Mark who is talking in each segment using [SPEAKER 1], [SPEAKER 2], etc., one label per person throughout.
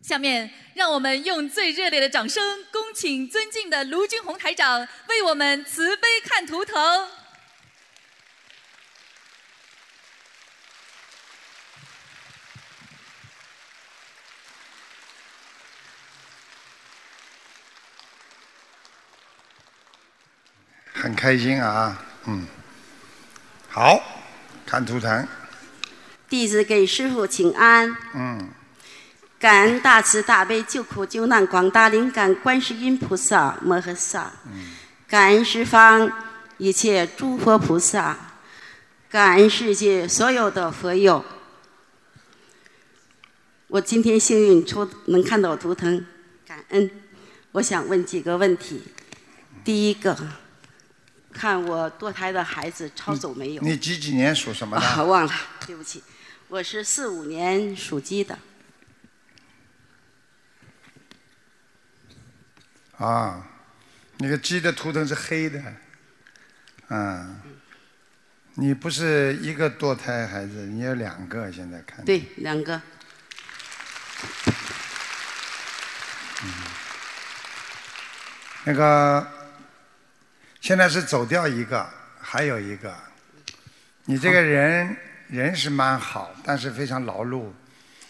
[SPEAKER 1] 下面，让我们用最热烈的掌声，恭请尊敬的卢军红台长为我们慈悲看图腾。
[SPEAKER 2] 很开心啊，嗯，好，看图腾，
[SPEAKER 3] 弟子给师傅请安，
[SPEAKER 2] 嗯，
[SPEAKER 3] 感恩大慈大悲救苦救难广大灵感观世音菩萨摩诃萨，感恩十方一切诸佛菩萨，感恩世界所有的佛友。我今天幸运出能看到图腾，感恩。我想问几个问题。第一个，看我堕胎的孩子超走没有？
[SPEAKER 2] 你几几年属什么
[SPEAKER 3] 啊，
[SPEAKER 2] 的？
[SPEAKER 3] 忘了，对不起，我是四五年属鸡的。
[SPEAKER 2] 啊，那个鸡的图腾是黑的，嗯，你不是一个堕胎孩子，你有两个，现在看，
[SPEAKER 3] 对，两个。
[SPEAKER 2] 嗯那个现在是走掉一个，还有一个，你这个人人是蛮好，但是非常劳碌，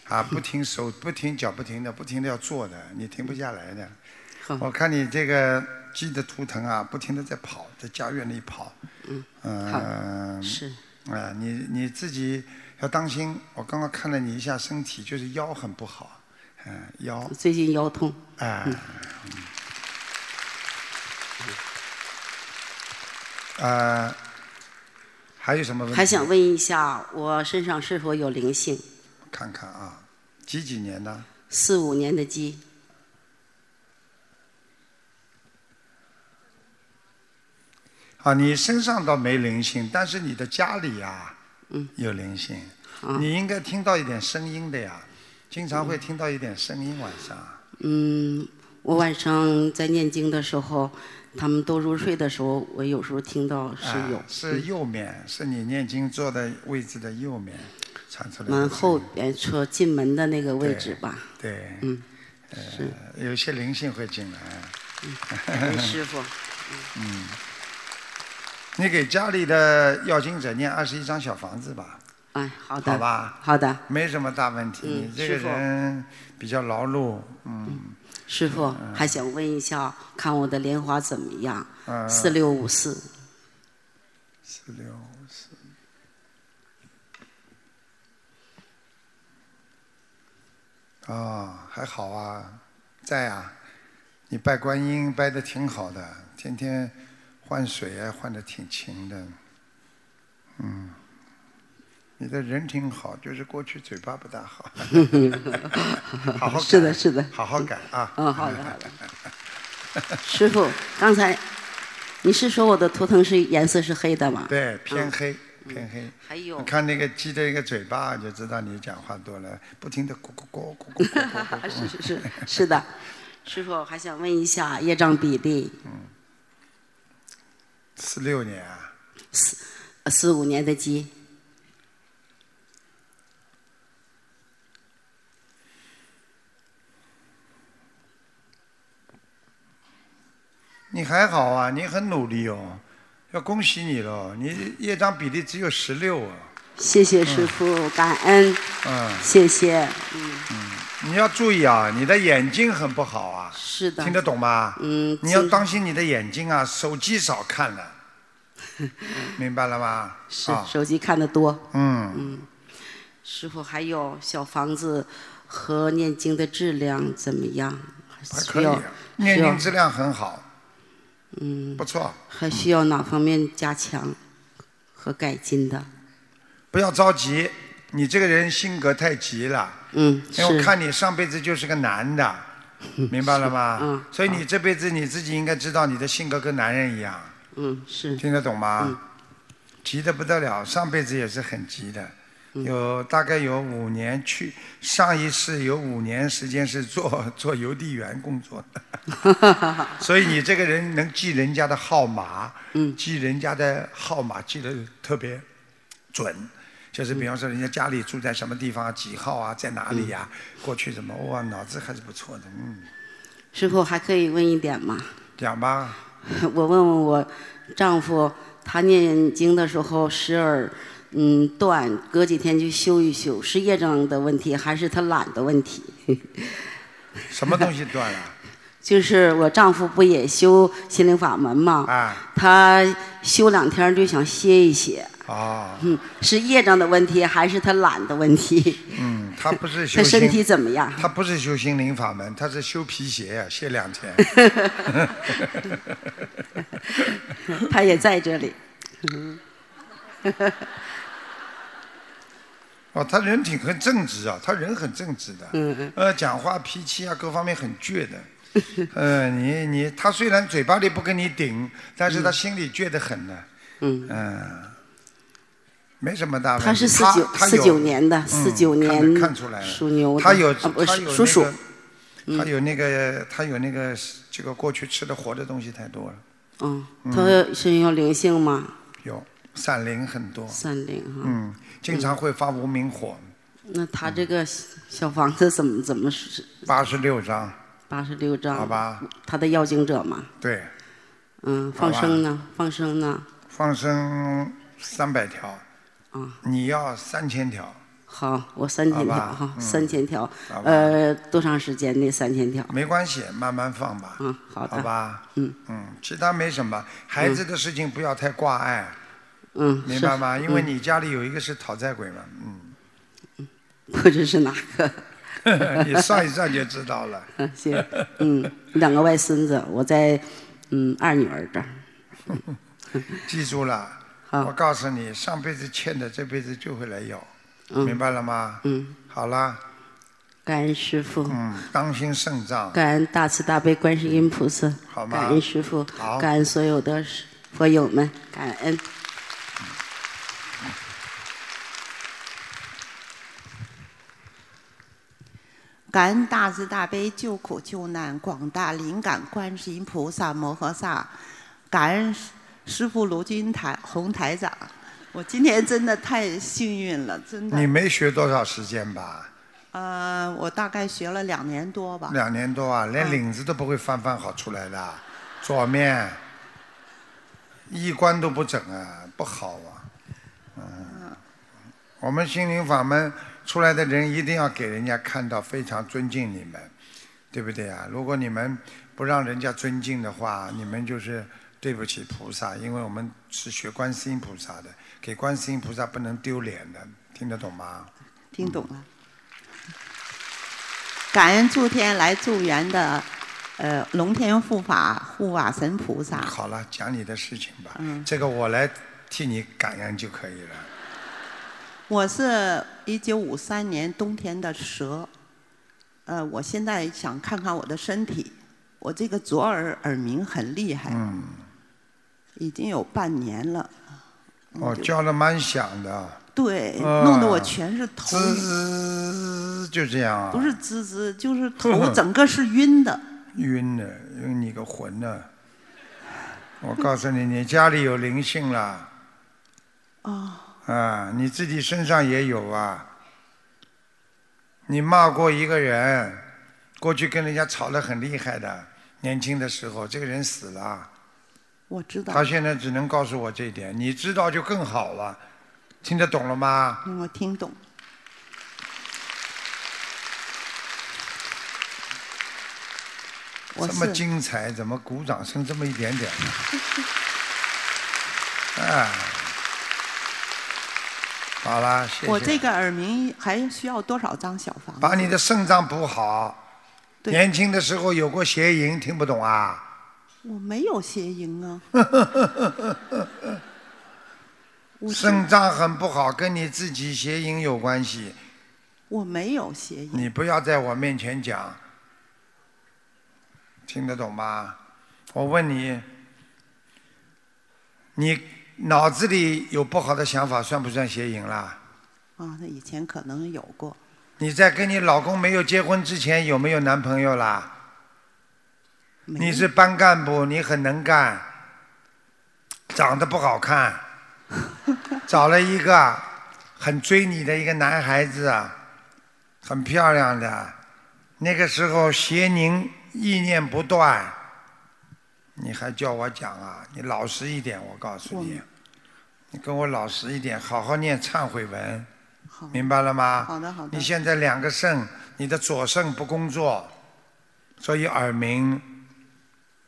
[SPEAKER 2] 啊，不停手不停脚不停的不停的要做的，你停不下来的。我看你这个鸡的图腾啊，不停的在跑，在家园里跑，
[SPEAKER 3] 嗯，
[SPEAKER 2] 嗯，
[SPEAKER 3] 是，
[SPEAKER 2] 啊，你你自己要当心。我刚刚看了你一下身体，就是腰很不好，嗯、腰，
[SPEAKER 3] 最近腰痛。
[SPEAKER 2] 哎、
[SPEAKER 3] 嗯
[SPEAKER 2] 呃，还有什么问题？
[SPEAKER 3] 还想问一下，我身上是否有灵性？
[SPEAKER 2] 看看啊，几几年的？
[SPEAKER 3] 四五年的鸡，
[SPEAKER 2] 啊，你身上倒没灵性，但是你的家里啊，
[SPEAKER 3] 嗯，
[SPEAKER 2] 有灵性，
[SPEAKER 3] 啊
[SPEAKER 2] 你应该听到一点声音的呀，经常会听到一点声音晚上。
[SPEAKER 3] 嗯，我晚上在念经的时候，他们都入睡的时候，我有时候听到是有，
[SPEAKER 2] 啊、是右面，是你念经坐的位置的右面传出来的声音。
[SPEAKER 3] 门嗯后边车进门的那个位置吧。
[SPEAKER 2] 对，
[SPEAKER 3] 嗯，
[SPEAKER 2] 呃，有些灵性会进来。
[SPEAKER 3] 哎
[SPEAKER 2] 嗯
[SPEAKER 3] 师傅，
[SPEAKER 2] 你给家里的要经者念二十一张小房子吧，
[SPEAKER 3] 哎，好的，
[SPEAKER 2] 好吧？
[SPEAKER 3] 好的，
[SPEAKER 2] 没什么大问题，
[SPEAKER 3] 嗯
[SPEAKER 2] 你这个
[SPEAKER 3] 师傅
[SPEAKER 2] 人比较劳碌，嗯，
[SPEAKER 3] 师傅还想问一下，看我的莲花怎么样？
[SPEAKER 2] 呃，
[SPEAKER 3] 四六五四，
[SPEAKER 2] 四六四，啊、还好啊，在啊，你拜观音拜的挺好的，天天换水啊，换的挺勤的，嗯，你的人挺好，就是过去嘴巴不大 好，好好改，
[SPEAKER 3] 是的，是的。
[SPEAKER 2] 好好改啊，
[SPEAKER 3] 嗯，好的好的。师傅，刚才你是说我的图腾是颜色是黑的吗？。
[SPEAKER 2] 对，偏黑，偏黑。
[SPEAKER 3] 嗯还有
[SPEAKER 2] 你，看那个鸡的一个嘴巴，就知道你讲话多了，不停的咕咕咕咕咕咕咕咕咕。
[SPEAKER 3] 是是是是的，师傅还想问一下业障比例，
[SPEAKER 2] 四六年啊，
[SPEAKER 3] 四五年的鸡，
[SPEAKER 2] 你还好啊，你很努力哦，要恭喜你喽，你业障比例只有十六啊，
[SPEAKER 3] 谢谢师傅，哦感恩，
[SPEAKER 2] 嗯，
[SPEAKER 3] 谢谢，嗯，
[SPEAKER 2] 你要注意啊，你的眼睛很不好啊，
[SPEAKER 3] 是的
[SPEAKER 2] 听，得懂吗？
[SPEAKER 3] 嗯，
[SPEAKER 2] 你要
[SPEAKER 3] 记
[SPEAKER 2] 当心你的眼睛啊，手机少看 了，明白了吗？
[SPEAKER 3] 是
[SPEAKER 2] 啊，
[SPEAKER 3] 手机看得多，
[SPEAKER 2] 嗯，
[SPEAKER 3] 师傅还有小房子和念经的质量怎么样？还
[SPEAKER 2] 还
[SPEAKER 3] 需
[SPEAKER 2] 可以
[SPEAKER 3] 要
[SPEAKER 2] 啊，念
[SPEAKER 3] 需要
[SPEAKER 2] 经质量很好，
[SPEAKER 3] 嗯。
[SPEAKER 2] 不错。
[SPEAKER 3] 还需要哪方面加强和改进的？
[SPEAKER 2] 不要着急，你这个人性格太急了。
[SPEAKER 3] 嗯，
[SPEAKER 2] 因为我
[SPEAKER 3] 是
[SPEAKER 2] 看你上辈子就是个男的，明白了吗？
[SPEAKER 3] 嗯
[SPEAKER 2] 所以你这辈子你自己应该知道你的性格跟男人一样，
[SPEAKER 3] 嗯是嗯
[SPEAKER 2] 听得懂吗？急得不得了，上辈子也是很急的，
[SPEAKER 3] 嗯
[SPEAKER 2] 有大概有五年去上一世有五年时间是做 做邮递员工作的， 所以你这个人能记人家的号码，
[SPEAKER 3] 嗯
[SPEAKER 2] 记人家的号码记得特别准，就是
[SPEAKER 3] 嗯
[SPEAKER 2] 比方说人家家里住在什么地方啊，几号啊，在哪里呀、
[SPEAKER 3] 嗯
[SPEAKER 2] 过去怎么哇，脑子还是不错的，嗯，
[SPEAKER 3] 师傅还可以问一点吗？
[SPEAKER 2] 讲吧，
[SPEAKER 3] 我问问我丈夫，他念经的时候时而嗯断，隔几天就修一修，是业障的问题还是他懒的问题？
[SPEAKER 2] 什么东西断 了？
[SPEAKER 3] 就是我丈夫不也修心灵法门吗？
[SPEAKER 2] 啊，
[SPEAKER 3] 他修两天就想歇一歇，
[SPEAKER 2] 哦，
[SPEAKER 3] 嗯，是业障的问题还是他懒的问题？
[SPEAKER 2] 嗯，他不是修
[SPEAKER 3] 他身体
[SPEAKER 2] 心，
[SPEAKER 3] 怎么样？
[SPEAKER 2] 他不是修心灵法门，他是修皮鞋呀、歇两 天。
[SPEAKER 3] 他也在这里， 嗯
[SPEAKER 2] 哦，他人挺很正直啊，他人很正直的，嗯呃，讲话脾气啊各方面很倔的，呃，你你他虽然嘴巴里不跟你顶，但是他心里倔得很呢、
[SPEAKER 3] 嗯
[SPEAKER 2] 嗯没什么大问题。
[SPEAKER 3] 他是四九
[SPEAKER 2] 他
[SPEAKER 3] 四
[SPEAKER 2] 有
[SPEAKER 3] 九年的，四九
[SPEAKER 2] 嗯看
[SPEAKER 3] 年
[SPEAKER 2] 得看出来了
[SPEAKER 3] 属牛的，
[SPEAKER 2] 他有
[SPEAKER 3] 啊不
[SPEAKER 2] 他
[SPEAKER 3] 是
[SPEAKER 2] 有
[SPEAKER 3] 属鼠嗯
[SPEAKER 2] 那，个，他有那个他有那个这个过去吃的活的东西太多了，
[SPEAKER 3] 嗯，他身上有灵性吗？
[SPEAKER 2] 有散灵很多，
[SPEAKER 3] 三零哈，
[SPEAKER 2] 嗯，经常会发无名火，
[SPEAKER 3] 那他这个小房子怎么怎么是
[SPEAKER 2] 八十六章，
[SPEAKER 3] 八十六章？
[SPEAKER 2] 好，吧，
[SPEAKER 3] 他的要经者嘛，
[SPEAKER 2] 对，
[SPEAKER 3] 嗯，
[SPEAKER 2] 好吧
[SPEAKER 3] 放生呢，放生呢，
[SPEAKER 2] 放生三百条，
[SPEAKER 3] 啊，
[SPEAKER 2] 你要三千条，
[SPEAKER 3] 好，我三千
[SPEAKER 2] 好
[SPEAKER 3] 条
[SPEAKER 2] 吧
[SPEAKER 3] 哈，
[SPEAKER 2] 嗯
[SPEAKER 3] 三千条，
[SPEAKER 2] 好吧
[SPEAKER 3] 呃，多长时间内三千条？
[SPEAKER 2] 没关系，慢慢放吧，
[SPEAKER 3] 嗯，好
[SPEAKER 2] 好
[SPEAKER 3] 的，
[SPEAKER 2] 吧，
[SPEAKER 3] 嗯
[SPEAKER 2] 嗯，其他没什么，孩子的事情不要太挂碍，
[SPEAKER 3] 嗯，
[SPEAKER 2] 明
[SPEAKER 3] 是
[SPEAKER 2] 白吗？因为你家里有一个是讨债鬼嘛，嗯，
[SPEAKER 3] 不知是哪个，
[SPEAKER 2] 嗯 你算一算就知道了。
[SPEAKER 3] 嗯行，嗯，两个外孙子，我在嗯二女儿这儿，
[SPEAKER 2] 记住了，
[SPEAKER 3] 好
[SPEAKER 2] 我告诉你，上辈子欠的，这辈子就会来要，明
[SPEAKER 3] 嗯
[SPEAKER 2] 白了吗？
[SPEAKER 3] 嗯，
[SPEAKER 2] 好啦，
[SPEAKER 3] 感恩师傅，
[SPEAKER 2] 嗯，当心肾脏，
[SPEAKER 3] 感恩大慈大悲观世音菩萨，
[SPEAKER 2] 好吗
[SPEAKER 3] 感恩师傅
[SPEAKER 2] 好，
[SPEAKER 3] 感恩所有的佛友们，感恩。
[SPEAKER 4] 感恩大慈大悲救苦救难广大灵感观世音菩萨摩诃萨，感恩师师傅卢军台洪台长，我今天真的太幸运了，真
[SPEAKER 2] 你
[SPEAKER 4] 的。
[SPEAKER 2] 没学多少时间吧？
[SPEAKER 4] 呃，我大概学了两年多吧。
[SPEAKER 2] 两年多啊，连
[SPEAKER 4] 嗯
[SPEAKER 2] 领子都不会翻翻好出来的，啊左面一关都不整啊，不好啊。嗯，我们心灵法门出来的人一定要给人家看到，非常尊敬你们，对不对啊？如果你们不让人家尊敬的话，你们就是对不起菩萨，因为我们是学观世音菩萨的，给观世音菩萨不能丢脸的，听得懂吗？
[SPEAKER 4] 听懂了。感恩诸天来助缘的，呃，龙天护法护法神菩萨。
[SPEAKER 2] 好了，讲你的事情吧。
[SPEAKER 4] 嗯
[SPEAKER 2] 这个我来替你感恩就可以了。
[SPEAKER 4] 我是一九五三年冬天的蛇，呃，我现在想看看我的身体，我这个左耳耳鸣很厉害，
[SPEAKER 2] 嗯，
[SPEAKER 4] 已经有半年了。
[SPEAKER 2] 我
[SPEAKER 4] 就
[SPEAKER 2] 哦教的蛮响的，
[SPEAKER 4] 对，
[SPEAKER 2] 啊
[SPEAKER 4] 弄得我全是头
[SPEAKER 2] 滋，滋就这样啊。
[SPEAKER 4] 不是滋滋，就是头整个是晕的。
[SPEAKER 2] 晕了，晕你个魂呢！我告诉你，你家里有灵性了。啊。啊，你自己身上也有啊。你骂过一个人，过去跟人家吵得很厉害的，年轻的时候，这个人死了。
[SPEAKER 4] 我知道
[SPEAKER 2] 他，现在只能告诉我这一点，你知道就更好了，听得懂了吗？
[SPEAKER 4] 嗯我听懂。我
[SPEAKER 2] 这么
[SPEAKER 4] 是
[SPEAKER 2] 精彩，怎么鼓掌声这么一点 点呢？哎，好啦，谢谢。
[SPEAKER 4] 我这个耳鸣还需要多少张小房子？
[SPEAKER 2] 把你的肾脏补好。
[SPEAKER 4] 对
[SPEAKER 2] 年轻的时候有过邪淫，听不懂啊？
[SPEAKER 4] 我没有邪 淫啊。我是
[SPEAKER 2] 肾脏很不好，跟你自己邪淫有关系。
[SPEAKER 4] 我没有邪淫，
[SPEAKER 2] 你不要在我面前讲，听得懂吗？我问你，你脑子里有不好的想法，算不算邪淫啦？
[SPEAKER 4] 啊，那以前可能有过，
[SPEAKER 2] 你在跟你老公没有结婚之前有没有男朋友啦？
[SPEAKER 4] 没
[SPEAKER 2] 你是班干部，你很能干， 长得不好看，找了一个很追你的一个男孩子啊，很漂亮的，那个时候邪宁意念不断，你还叫我讲啊？你老实一点，我告诉你，你跟我老实一点，好好念忏悔文，明白了吗？
[SPEAKER 4] 好的好的
[SPEAKER 2] 你现在两个肾，你的左肾不工作，所以耳鸣，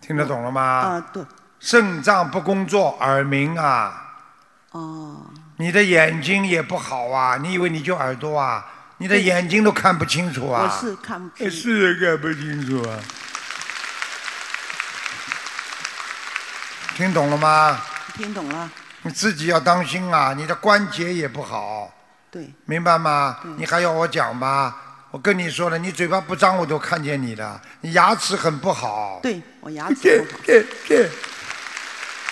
[SPEAKER 2] 听得懂了吗？
[SPEAKER 4] 啊，对，
[SPEAKER 2] 肾脏不工作，耳鸣啊。
[SPEAKER 4] 哦，
[SPEAKER 2] 你的眼睛也不好啊！你以为你就耳朵啊？你的
[SPEAKER 4] 对
[SPEAKER 2] 眼睛都看不清楚啊！
[SPEAKER 4] 我是看不
[SPEAKER 2] 呃
[SPEAKER 4] 清，
[SPEAKER 2] 是看不清楚啊。听懂了吗？
[SPEAKER 4] 听懂了，
[SPEAKER 2] 你自己要当心啊！你的关节也不好，
[SPEAKER 4] 对，
[SPEAKER 2] 明白吗？你还要我讲吗？我跟你说了，你嘴巴不张我都看见你的，你牙齿很不好。
[SPEAKER 4] 对我牙齿不好，
[SPEAKER 2] 对对。嗯，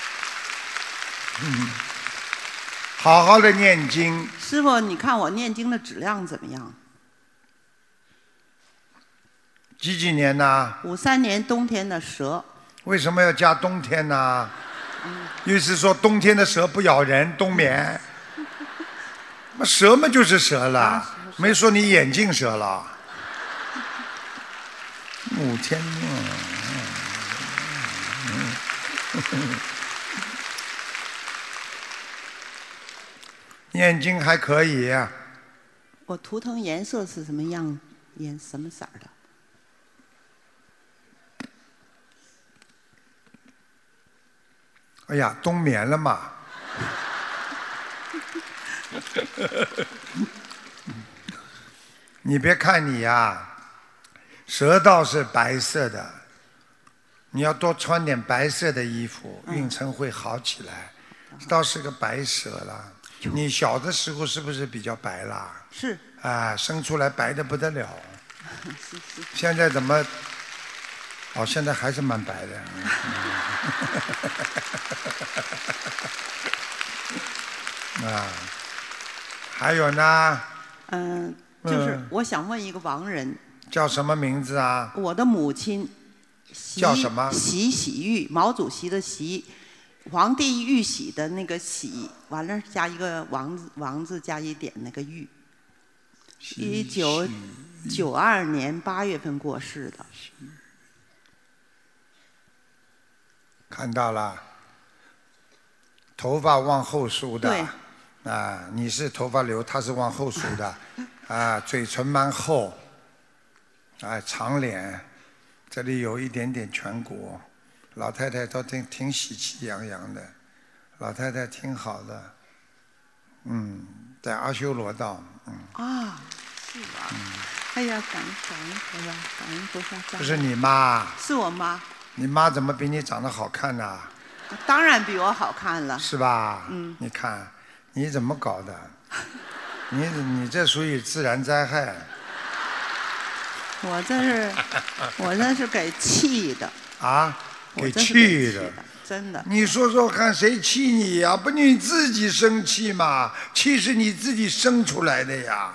[SPEAKER 2] 好好的念经。
[SPEAKER 4] 师傅，你看我念经的质量怎么样？
[SPEAKER 2] 几几年呢、
[SPEAKER 4] 五三年冬天的蛇，
[SPEAKER 2] 为什么要加冬天呢、意思说冬天的蛇不咬人，冬眠。那蛇嘛就是蛇了，
[SPEAKER 4] 啊
[SPEAKER 2] 没说你眼镜蛇了。五天 呢？念经还可以，哎
[SPEAKER 4] 我图腾颜色是什么样？颜什么色儿的？
[SPEAKER 2] 哎呀，冬眠了嘛。 你别看你呀、蛇道是白色的，你要多穿点白色的衣服，运程会好起来。倒是个白蛇了，你小的时候是不是比较白啦？
[SPEAKER 4] 是
[SPEAKER 2] 啊，生出来白的不得了。
[SPEAKER 4] 是是，
[SPEAKER 2] 现在怎么？哦，现在还是蛮白 的。嗯啊，还有呢，
[SPEAKER 4] 嗯、就是
[SPEAKER 2] 嗯
[SPEAKER 4] 我想问一个亡人，
[SPEAKER 2] 叫什么名字啊？
[SPEAKER 4] 我的母亲习
[SPEAKER 2] 叫什么
[SPEAKER 4] 习喜玉，毛主席的习，皇帝玉玺的那个玺，完了加一个王字，王字加一点那个玉。一九九二年八月份过世的，
[SPEAKER 2] 看到了，头发往后梳的。啊，你是头发留，他是往后梳的，啊，嘴唇蛮厚，啊，长脸，这里有一点点颧骨，老太太都挺挺喜气洋洋的，老太太挺好的，嗯，在阿修罗道，嗯，
[SPEAKER 4] 啊，是吧？哎呀，感恩感恩菩萨，感恩菩萨，感
[SPEAKER 2] 不
[SPEAKER 4] 恩
[SPEAKER 2] 是你妈，
[SPEAKER 4] 是我妈，
[SPEAKER 2] 你妈怎么比你长得好看呢、
[SPEAKER 4] 当然比我好看了。
[SPEAKER 2] 是吧？嗯，你看你怎么搞的？ 你你这属于自然灾害，
[SPEAKER 4] 我这是，我这是给气的，
[SPEAKER 2] 啊，
[SPEAKER 4] 我这是
[SPEAKER 2] 气
[SPEAKER 4] 气
[SPEAKER 2] 的。
[SPEAKER 4] 真的。
[SPEAKER 2] 你说说看，谁气你呀、不你自己生气吗？气是你自己生出来的呀，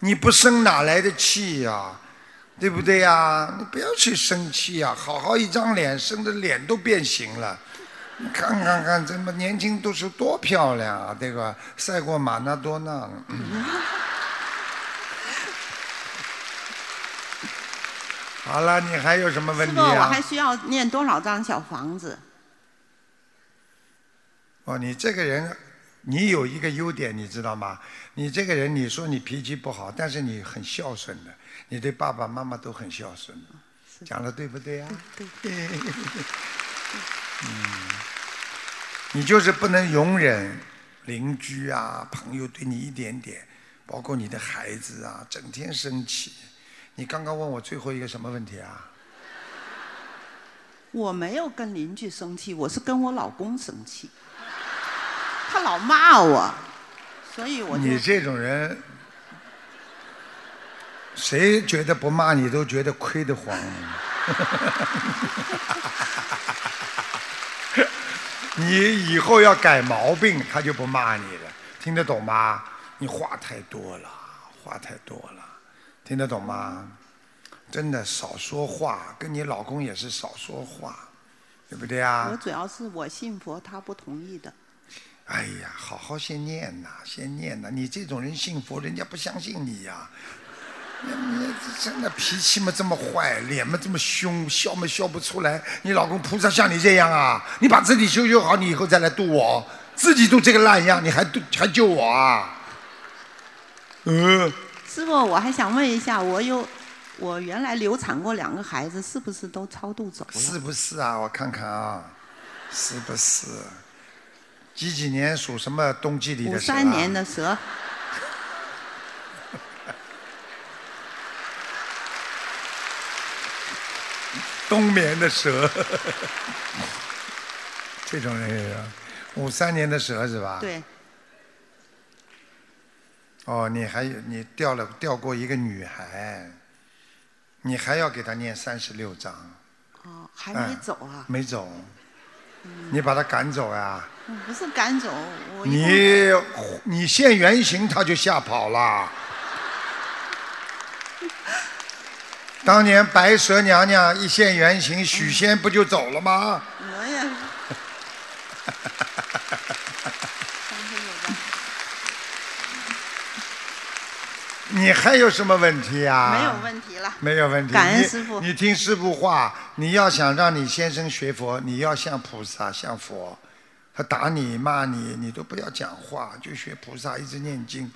[SPEAKER 2] 你不生哪来的气呀、对不对呀、你不要去生气呀、好好一张脸，生的脸都变形了。你看看看，这么年轻都是多漂亮啊！这个赛过马拉多纳呢。嗯好了，你还有什么问
[SPEAKER 4] 师
[SPEAKER 2] 题
[SPEAKER 4] 傅，我
[SPEAKER 2] 啊
[SPEAKER 4] 还？需要念多少张小房子？
[SPEAKER 2] 哦，你这个人，你有一个优点，你知道吗？你这个人，你说你脾气不好，但是你很孝顺的，你对爸爸妈妈都很孝顺的，讲的对不对啊？对。嗯，你就是不能容忍邻居啊、朋友对你一点点，包括你的孩子啊，整天生气。你刚刚问我最后一个什么问题啊？
[SPEAKER 4] 我没有跟邻居生气，我是跟我老公生气，他老骂我，所以我就
[SPEAKER 2] 你这种人，谁觉得不骂你都觉得亏得慌。啊你以后要改毛病，他就不骂你了，听得懂吗？你话太多了，话太多了，听得懂吗？真的少说话，跟你老公也是少说话，对不对啊？
[SPEAKER 4] 我主要是我信佛，他不同意的。
[SPEAKER 2] 哎呀，好好先念呐、先念呐、你这种人信佛，人家不相信你呀、你真的脾气嘛这么坏，脸嘛这么凶，笑嘛笑不出来。你老公菩萨像你这样啊？你把自己修修好，你以后再来度我。自己都这个烂样，你还度还救我啊？嗯，
[SPEAKER 4] 师傅，我还想问一下，我有我原来流产过两个孩子，是不是都超度走了？
[SPEAKER 2] 是不是啊？我看看啊，是不是？几几年属什么冬季里
[SPEAKER 4] 五
[SPEAKER 2] 的蛇、啊？
[SPEAKER 4] 三年的蛇，
[SPEAKER 2] 冬眠的蛇，这种人也有。五三年的蛇是吧？。
[SPEAKER 4] 对，
[SPEAKER 2] 哦，你还有你掉了掉过一个女孩，你还要给她念三十六章，
[SPEAKER 4] 哦，还没
[SPEAKER 2] 嗯
[SPEAKER 4] 走啊？
[SPEAKER 2] 没走，你把她赶走呀、啊？
[SPEAKER 4] 我嗯不是赶走，我一共
[SPEAKER 2] 你你现原形，她就吓跑了。当年白蛇娘娘一现原形，许仙不就走了吗？
[SPEAKER 4] 我也。三十九张
[SPEAKER 2] 你还有什么问题呀、啊？
[SPEAKER 4] 没有问题了。
[SPEAKER 2] 没有问题。
[SPEAKER 4] 感恩
[SPEAKER 2] 你
[SPEAKER 4] 师父
[SPEAKER 2] 你听师傅话，你要想让你先生学佛，你要像菩萨，像佛。他打你骂你，你都不要讲话，就学菩萨，一直念经，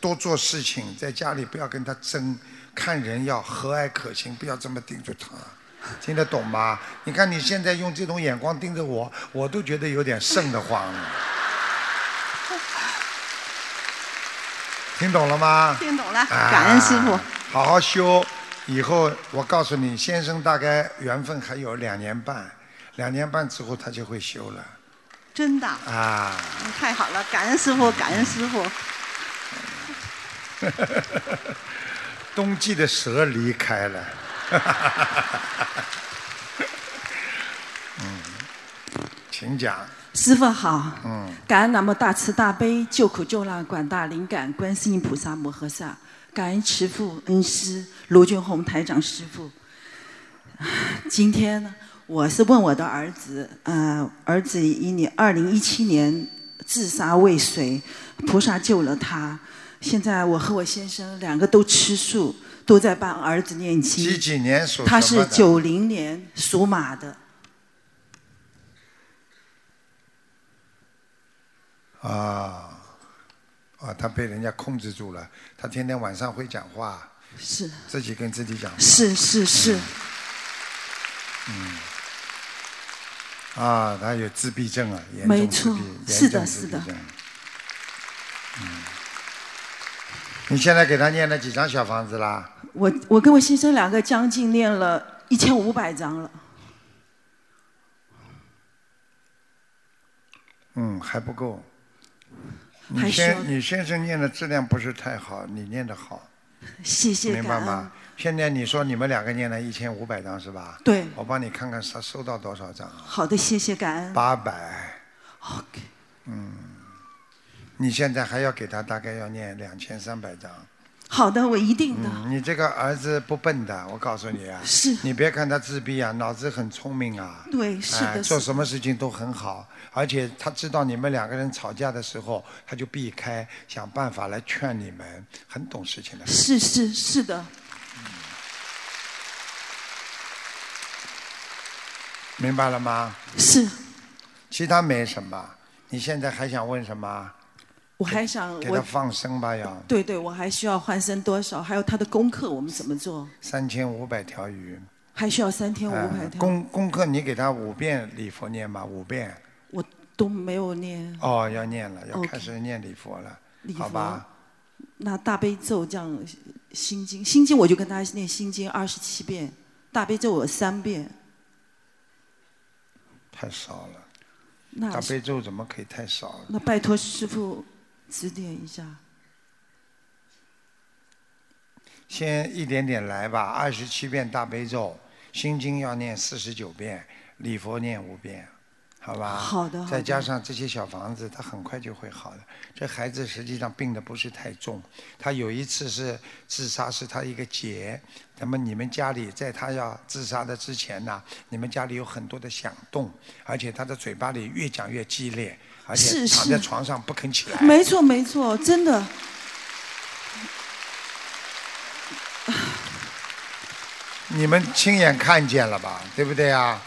[SPEAKER 2] 多做事情，在家里不要跟他争，看人要和蔼可亲，不要这么盯住他，听得懂吗？你看你现在用这种眼光盯着我，我都觉得有点瘆得慌了。听懂了吗？
[SPEAKER 4] 听懂了，
[SPEAKER 2] 啊
[SPEAKER 4] 感恩师傅。
[SPEAKER 2] 好好修，以后我告诉你，先生大概缘分还有两年半，两年半之后他就会修了
[SPEAKER 4] 真的，
[SPEAKER 2] 啊。
[SPEAKER 4] 嗯太好了，感恩师傅，感恩师傅。
[SPEAKER 2] 冬季的蛇离开了。 嗯，请讲。
[SPEAKER 5] 师傅好，
[SPEAKER 2] 嗯，
[SPEAKER 5] 感恩南无大慈大悲救苦救难广大灵感观世音菩萨摩诃萨，感恩慈父恩师卢俊宏台长师傅。 今天呢，我是问我的儿子，呃，儿子一年二零一七年自杀未遂，菩萨救了他。现在我和我先生两个都吃素，都在帮儿子念经。
[SPEAKER 2] 几几年属什么的？
[SPEAKER 5] 他是九零年属马的，
[SPEAKER 2] 啊啊，他被人家控制住了。他天天晚上会讲话，
[SPEAKER 5] 是
[SPEAKER 2] 自己跟自己讲话。
[SPEAKER 5] 是是是，
[SPEAKER 2] 嗯啊，他有自闭症啊，严
[SPEAKER 5] 没
[SPEAKER 2] 重自
[SPEAKER 5] 错
[SPEAKER 2] 闭，
[SPEAKER 5] 是
[SPEAKER 2] 严
[SPEAKER 5] 的
[SPEAKER 2] 重自
[SPEAKER 5] 是
[SPEAKER 2] 闭
[SPEAKER 5] 的
[SPEAKER 2] 症。嗯，你现在给他念了几张小房子啦？
[SPEAKER 5] 我我跟我先生两个将近练了一千五百张了，
[SPEAKER 2] 嗯，还不够。
[SPEAKER 5] 还
[SPEAKER 2] 你
[SPEAKER 5] 需要
[SPEAKER 2] 先你先生念的质量不是太好，你念的好，
[SPEAKER 5] 谢谢
[SPEAKER 2] 明白
[SPEAKER 5] 感恩
[SPEAKER 2] 吗。？现在你说你们两个念了一千五百张是吧？
[SPEAKER 5] 对
[SPEAKER 2] 我帮你看看他收到多少张啊？
[SPEAKER 5] 好的，谢谢感恩。
[SPEAKER 2] 八百。
[SPEAKER 5] 嗯
[SPEAKER 2] 嗯
[SPEAKER 5] OK，
[SPEAKER 2] 你现在还要给他大概要念两千三百张。
[SPEAKER 5] 好的，我一定的。
[SPEAKER 2] 嗯，你这个儿子不笨的，我告诉你啊，
[SPEAKER 5] 是
[SPEAKER 2] 你别看他自闭啊，脑子很聪明啊，
[SPEAKER 5] 对是的
[SPEAKER 2] 哎
[SPEAKER 5] 是的
[SPEAKER 2] 做什么事情都很好，而且他知道你们两个人吵架的时候，他就避开，想办法来劝你们，很懂事情的。
[SPEAKER 5] 是是是的，
[SPEAKER 2] 明白了吗？
[SPEAKER 5] 是。
[SPEAKER 2] 其他没什么，你现在还想问什么？
[SPEAKER 5] 我还想
[SPEAKER 2] 给他
[SPEAKER 5] 我
[SPEAKER 2] 放生吧，要
[SPEAKER 5] 对对，我还需要换身多少？还有他的功课我们怎么做？
[SPEAKER 2] 三千五百条鱼。
[SPEAKER 5] 还需要三天五百
[SPEAKER 2] 嗯，
[SPEAKER 5] 条，
[SPEAKER 2] 功功课你给他五遍礼佛念吧，五遍。
[SPEAKER 5] 我都没有念。
[SPEAKER 2] 哦，要念了，要
[SPEAKER 5] OK
[SPEAKER 2] 开始念礼佛了
[SPEAKER 5] 礼
[SPEAKER 2] 好
[SPEAKER 5] 佛
[SPEAKER 2] 吧？
[SPEAKER 5] 那大悲咒这样，心经心经我就跟他念心经二十七遍，大悲咒我三遍。
[SPEAKER 2] 太少了。
[SPEAKER 5] 那
[SPEAKER 2] 大悲咒怎么可以太少了？
[SPEAKER 5] 那拜托师傅指点一下。
[SPEAKER 2] 先一点点来吧，二十七遍大悲咒，心经要念四十九遍，礼佛念五遍，好吧？
[SPEAKER 5] 好的好的
[SPEAKER 2] 再加上这些小房子，他很快就会好的。这孩子实际上病的不是太重，他有一次是自杀，是他一个结。那么你们家里在他要自杀的之前呢、你们家里有很多的响动，而且他的嘴巴里越讲越激烈，而且
[SPEAKER 5] 是
[SPEAKER 2] 躺在
[SPEAKER 5] 是
[SPEAKER 2] 床上不肯起 来。
[SPEAKER 5] 没错没错，真的。
[SPEAKER 2] 你们亲眼看见了吧，对不对啊？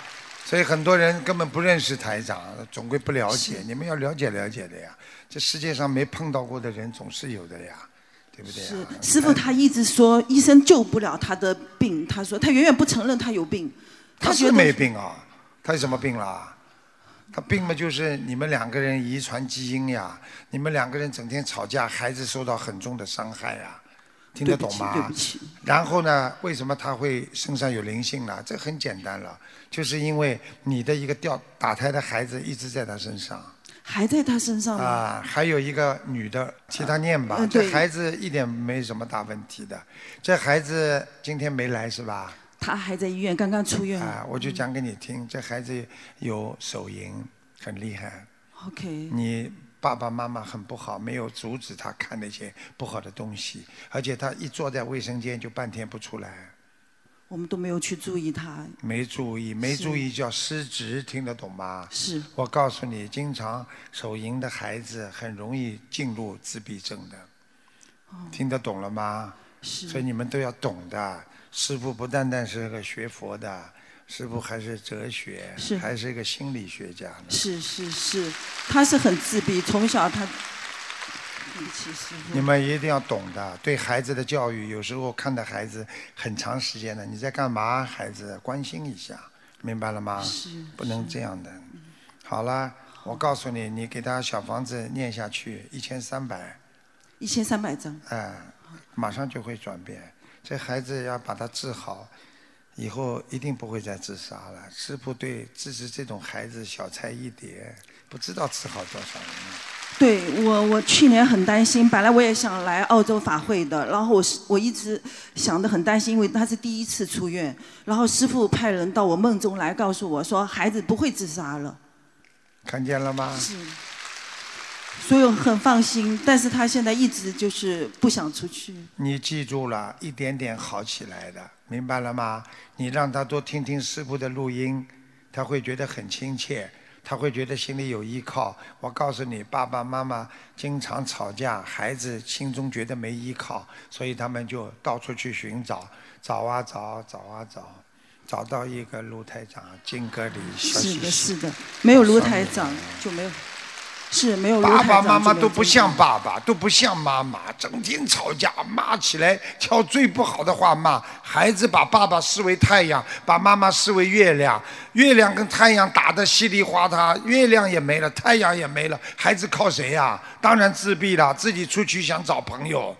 [SPEAKER 2] 所以很多人根本不认识台长，总归不了解。你们要了解了解的呀，这世界上没碰到过的人总是有的呀，对不对呀？
[SPEAKER 5] 是师傅他一直说医生救不了他的病，他说他永远不承认他有病，
[SPEAKER 2] 他是
[SPEAKER 5] 觉得
[SPEAKER 2] 没病啊，他有什么病啦？他病嘛就是你们两个人遗传基因呀，你们两个人整天吵架，孩子受到很重的伤害呀，听得懂吗？
[SPEAKER 5] 对不起
[SPEAKER 2] 然后呢，为什么他会身上有灵性呢？这很简单了，就是因为你的一个掉打胎的孩子一直在他身上
[SPEAKER 5] 还在他身上吗？
[SPEAKER 2] 啊，还有一个女的替他念吧，
[SPEAKER 5] 嗯
[SPEAKER 2] 这
[SPEAKER 5] 对
[SPEAKER 2] 孩子一点没什么大问题的，这孩子今天没来是吧？
[SPEAKER 5] 他还在医院，刚刚出院。
[SPEAKER 2] 啊，我就讲给你听，这孩子有手淫，很厉害。
[SPEAKER 5] OK，
[SPEAKER 2] 你爸爸妈妈很不好，没有阻止他看那些不好的东西，而且他一坐在卫生间就半天不出来，
[SPEAKER 5] 我们都没有去注意他，
[SPEAKER 2] 没注意，没注意叫失职，听得懂吗？
[SPEAKER 5] 是
[SPEAKER 2] 我告诉你，经常手淫的孩子很容易进入自闭症的，听得懂了吗？所以
[SPEAKER 5] 是
[SPEAKER 2] 你们都要懂的。师傅不单单是个学佛的，师傅还是哲学，
[SPEAKER 5] 是
[SPEAKER 2] 还是一个心理学家呢。
[SPEAKER 5] 是是是，他是很自闭，从小他，对不起师
[SPEAKER 2] 你
[SPEAKER 5] 傅，
[SPEAKER 2] 们一定要懂的，对孩子的教育，有时候看到孩子很长时间了，你在干嘛？孩子关心一下，明白了吗？
[SPEAKER 5] 是嗯
[SPEAKER 2] 不能这样的。好了，我告诉你，你给他小房子念下去，一千三百，
[SPEAKER 5] 一千三百张，
[SPEAKER 2] 哎，马上就会转变。这孩子要把他治好，以后一定不会再自杀了。师傅对支持这种孩子小菜一碟，不知道吃好多少人了。
[SPEAKER 5] 对我，我去年很担心，本来我也想来澳洲法会的，然后我是我一直想的很担心，因为他是第一次出院，然后师傅派人到我梦中来告诉我说孩子不会自杀了，
[SPEAKER 2] 看见了吗？
[SPEAKER 5] 是，所以我很放心，但是他现在一直就是不想出去，
[SPEAKER 2] 你记住了，一点点好起来的，明白了吗？你让他多听听师傅的录音，他会觉得很亲切，他会觉得心里有依靠。我告诉你，爸爸妈妈经常吵架，孩子心中觉得没依靠，所以他们就到处去寻找，找啊找，找啊找，找到一个卢台长金戈里小
[SPEAKER 5] 是
[SPEAKER 2] 西
[SPEAKER 5] 的，
[SPEAKER 2] 西
[SPEAKER 5] 是的，没有卢台长就没有，是没有卢
[SPEAKER 2] 爸
[SPEAKER 5] 台长
[SPEAKER 2] 爸妈
[SPEAKER 5] 就
[SPEAKER 2] 妈
[SPEAKER 5] 没有
[SPEAKER 2] 都不
[SPEAKER 5] 这个
[SPEAKER 2] 像爸爸，都不像妈妈，整天吵架，骂起来，挑最不好的话骂。孩子把爸爸视为太阳，把妈妈视为月亮，月亮跟太阳打得稀里哗啦，月亮也没了，太阳也没了，孩子靠谁呀、当然自闭了，自己出去想找朋友。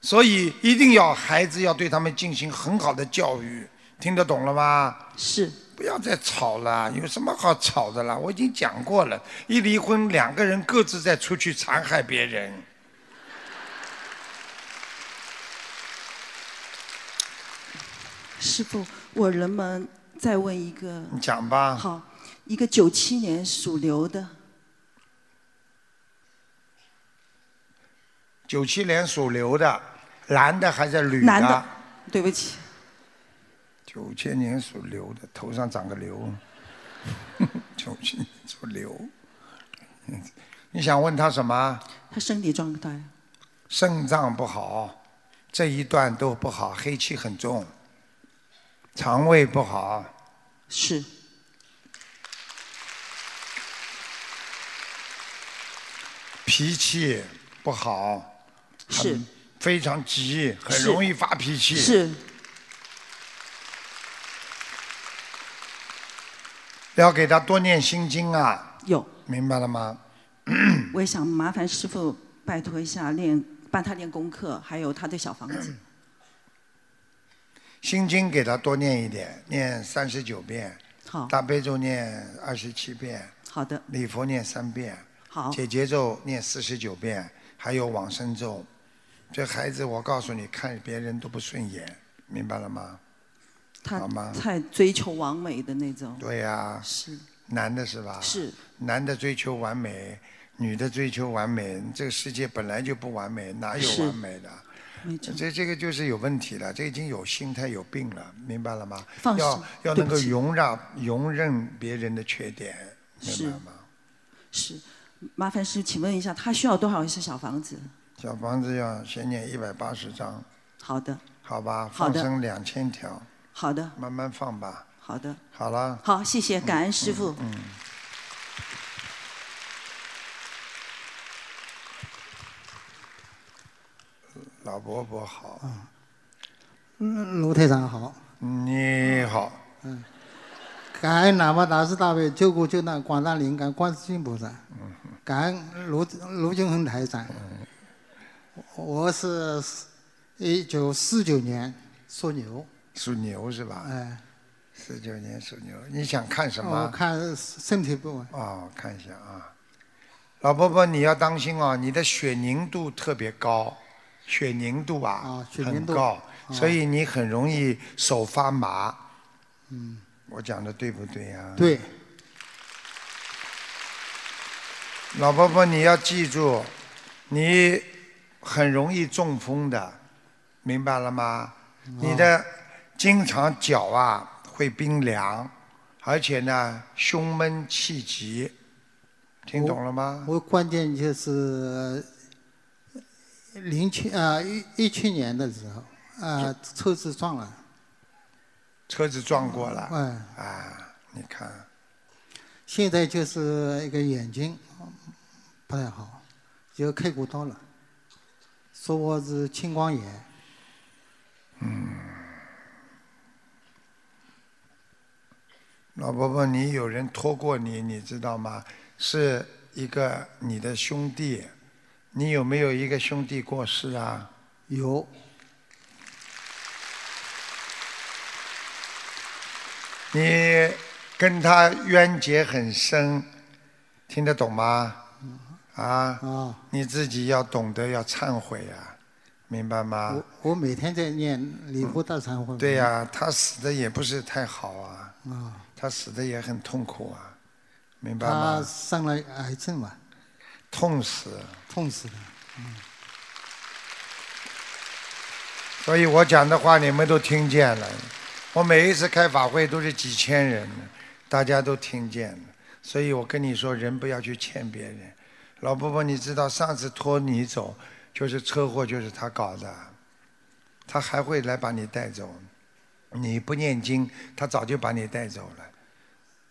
[SPEAKER 2] 所以一定要孩子要对他们进行很好的教育，听得懂了吗？
[SPEAKER 5] 是
[SPEAKER 2] 不要再吵了，有什么好吵的啦？我已经讲过了，一离婚两个人各自再出去残害别人。
[SPEAKER 5] 师傅，我能不能再问一个？
[SPEAKER 2] 你讲吧，
[SPEAKER 5] 好，一个九七年属牛 的，
[SPEAKER 2] 九七年属牛的，男的还是女
[SPEAKER 5] 男的，对不起，
[SPEAKER 2] 九七年属牛的，头上长个瘤。 九七年属牛，你想问他什么？
[SPEAKER 5] 他身体状态
[SPEAKER 2] 肾脏不好，这一段都不好，黑气很重，肠胃不好，
[SPEAKER 5] 是
[SPEAKER 2] 脾气不好。
[SPEAKER 5] 是
[SPEAKER 2] 很非常急，很
[SPEAKER 5] 是
[SPEAKER 2] 容易发脾气。，
[SPEAKER 5] 是
[SPEAKER 2] 要给他多念心经啊，
[SPEAKER 5] 有，
[SPEAKER 2] 明白了吗？
[SPEAKER 5] 我也想麻烦师傅拜托一下练，帮他练功课，还有他的小房 子。
[SPEAKER 2] 心经给他多念一点，念三十九遍，
[SPEAKER 5] 好，
[SPEAKER 2] 大悲咒念二十七遍，
[SPEAKER 5] 好的，
[SPEAKER 2] 礼佛念三遍，
[SPEAKER 5] 好，
[SPEAKER 2] 解结咒念四十九遍，还有往生咒。这孩子，我告诉你，看别人都不顺眼，明白了吗？
[SPEAKER 5] 他
[SPEAKER 2] 好吗
[SPEAKER 5] 太追求完美的那种，
[SPEAKER 2] 对呀、
[SPEAKER 5] 哦是
[SPEAKER 2] 男的是吧？
[SPEAKER 5] 是。
[SPEAKER 2] 男的追求完美，女的追求完美，这个世界本来就不完美，哪有
[SPEAKER 5] 是
[SPEAKER 2] 完美的？
[SPEAKER 5] 没错，
[SPEAKER 2] 这这个就是有问题了，这已经有心态有病了，明白了吗？
[SPEAKER 5] 放
[SPEAKER 2] 要
[SPEAKER 5] 手
[SPEAKER 2] 要
[SPEAKER 5] 对
[SPEAKER 2] 能
[SPEAKER 5] 不
[SPEAKER 2] 够
[SPEAKER 5] 起
[SPEAKER 2] 容让容忍别人的缺点，
[SPEAKER 5] 是
[SPEAKER 2] 明白吗？
[SPEAKER 5] 是。麻烦师，请问一下，他需要多少是小房子？
[SPEAKER 2] 小房子要先念一百八十章，
[SPEAKER 5] 好的，
[SPEAKER 2] 好吧？
[SPEAKER 5] 好
[SPEAKER 2] 放
[SPEAKER 5] 的
[SPEAKER 2] 生两千条，
[SPEAKER 5] 好的，
[SPEAKER 2] 慢慢放吧。
[SPEAKER 5] 好的，
[SPEAKER 2] 好了，嗯
[SPEAKER 5] 好，谢谢，感恩师傅。
[SPEAKER 2] 嗯老伯伯好，
[SPEAKER 6] 嗯，卢台长好，
[SPEAKER 2] 你好，
[SPEAKER 6] 感恩南无大慈大悲救苦救难广大灵感观世音菩萨，感恩卢卢金恒台长。我是一九四九年属牛，
[SPEAKER 2] 属牛是吧？
[SPEAKER 6] 哎，
[SPEAKER 2] 四九年属牛，你想看什
[SPEAKER 6] 我
[SPEAKER 2] 么？
[SPEAKER 6] 看身体不稳，
[SPEAKER 2] 哦，看一下啊，老伯伯你要当心哦，你的血凝度特别高，血凝度啊，
[SPEAKER 6] 啊血凝度
[SPEAKER 2] 很高，所以你很容易手发麻。嗯，我讲的对不对呀、啊？
[SPEAKER 6] 对，
[SPEAKER 2] 老婆婆，你要记住，你很容易中风的，明白了吗？
[SPEAKER 6] 哦
[SPEAKER 2] 你的经常脚啊会冰凉，而且呢胸闷气急，听懂了吗？
[SPEAKER 6] 我关键就是零七啊一一七年的时候啊、车子撞了，
[SPEAKER 2] 车子撞过了
[SPEAKER 6] 哎，
[SPEAKER 2] 啊！你看，
[SPEAKER 6] 现在就是一个眼睛嗯不太好，有开过刀了，说我是青光眼，
[SPEAKER 2] 老婆婆，你有人拖过你，你知道吗？是一个你的兄弟，你有没有一个兄弟过世啊？
[SPEAKER 6] 有
[SPEAKER 2] 你跟他冤结很深，听得懂吗？啊，
[SPEAKER 6] 啊。
[SPEAKER 2] 你自己要懂得要忏悔啊，明白吗
[SPEAKER 6] 我？我每天在念礼佛大忏悔文。
[SPEAKER 2] 嗯对呀、他死的也不是太好啊，
[SPEAKER 6] 啊，
[SPEAKER 2] 他死的也很痛苦啊，明白
[SPEAKER 6] 他
[SPEAKER 2] 吗？
[SPEAKER 6] 生了癌症嘛，
[SPEAKER 2] 痛死，嗯
[SPEAKER 6] 痛死了。
[SPEAKER 2] 所以我讲的话你们都听见了。我每一次开法会都是几千人，大家都听见了。所以我跟你说，人不要去欠别人。老婆婆，你知道上次拖你走就是车祸，就是他搞的，他还会来把你带走。你不念经，他早就把你带走了。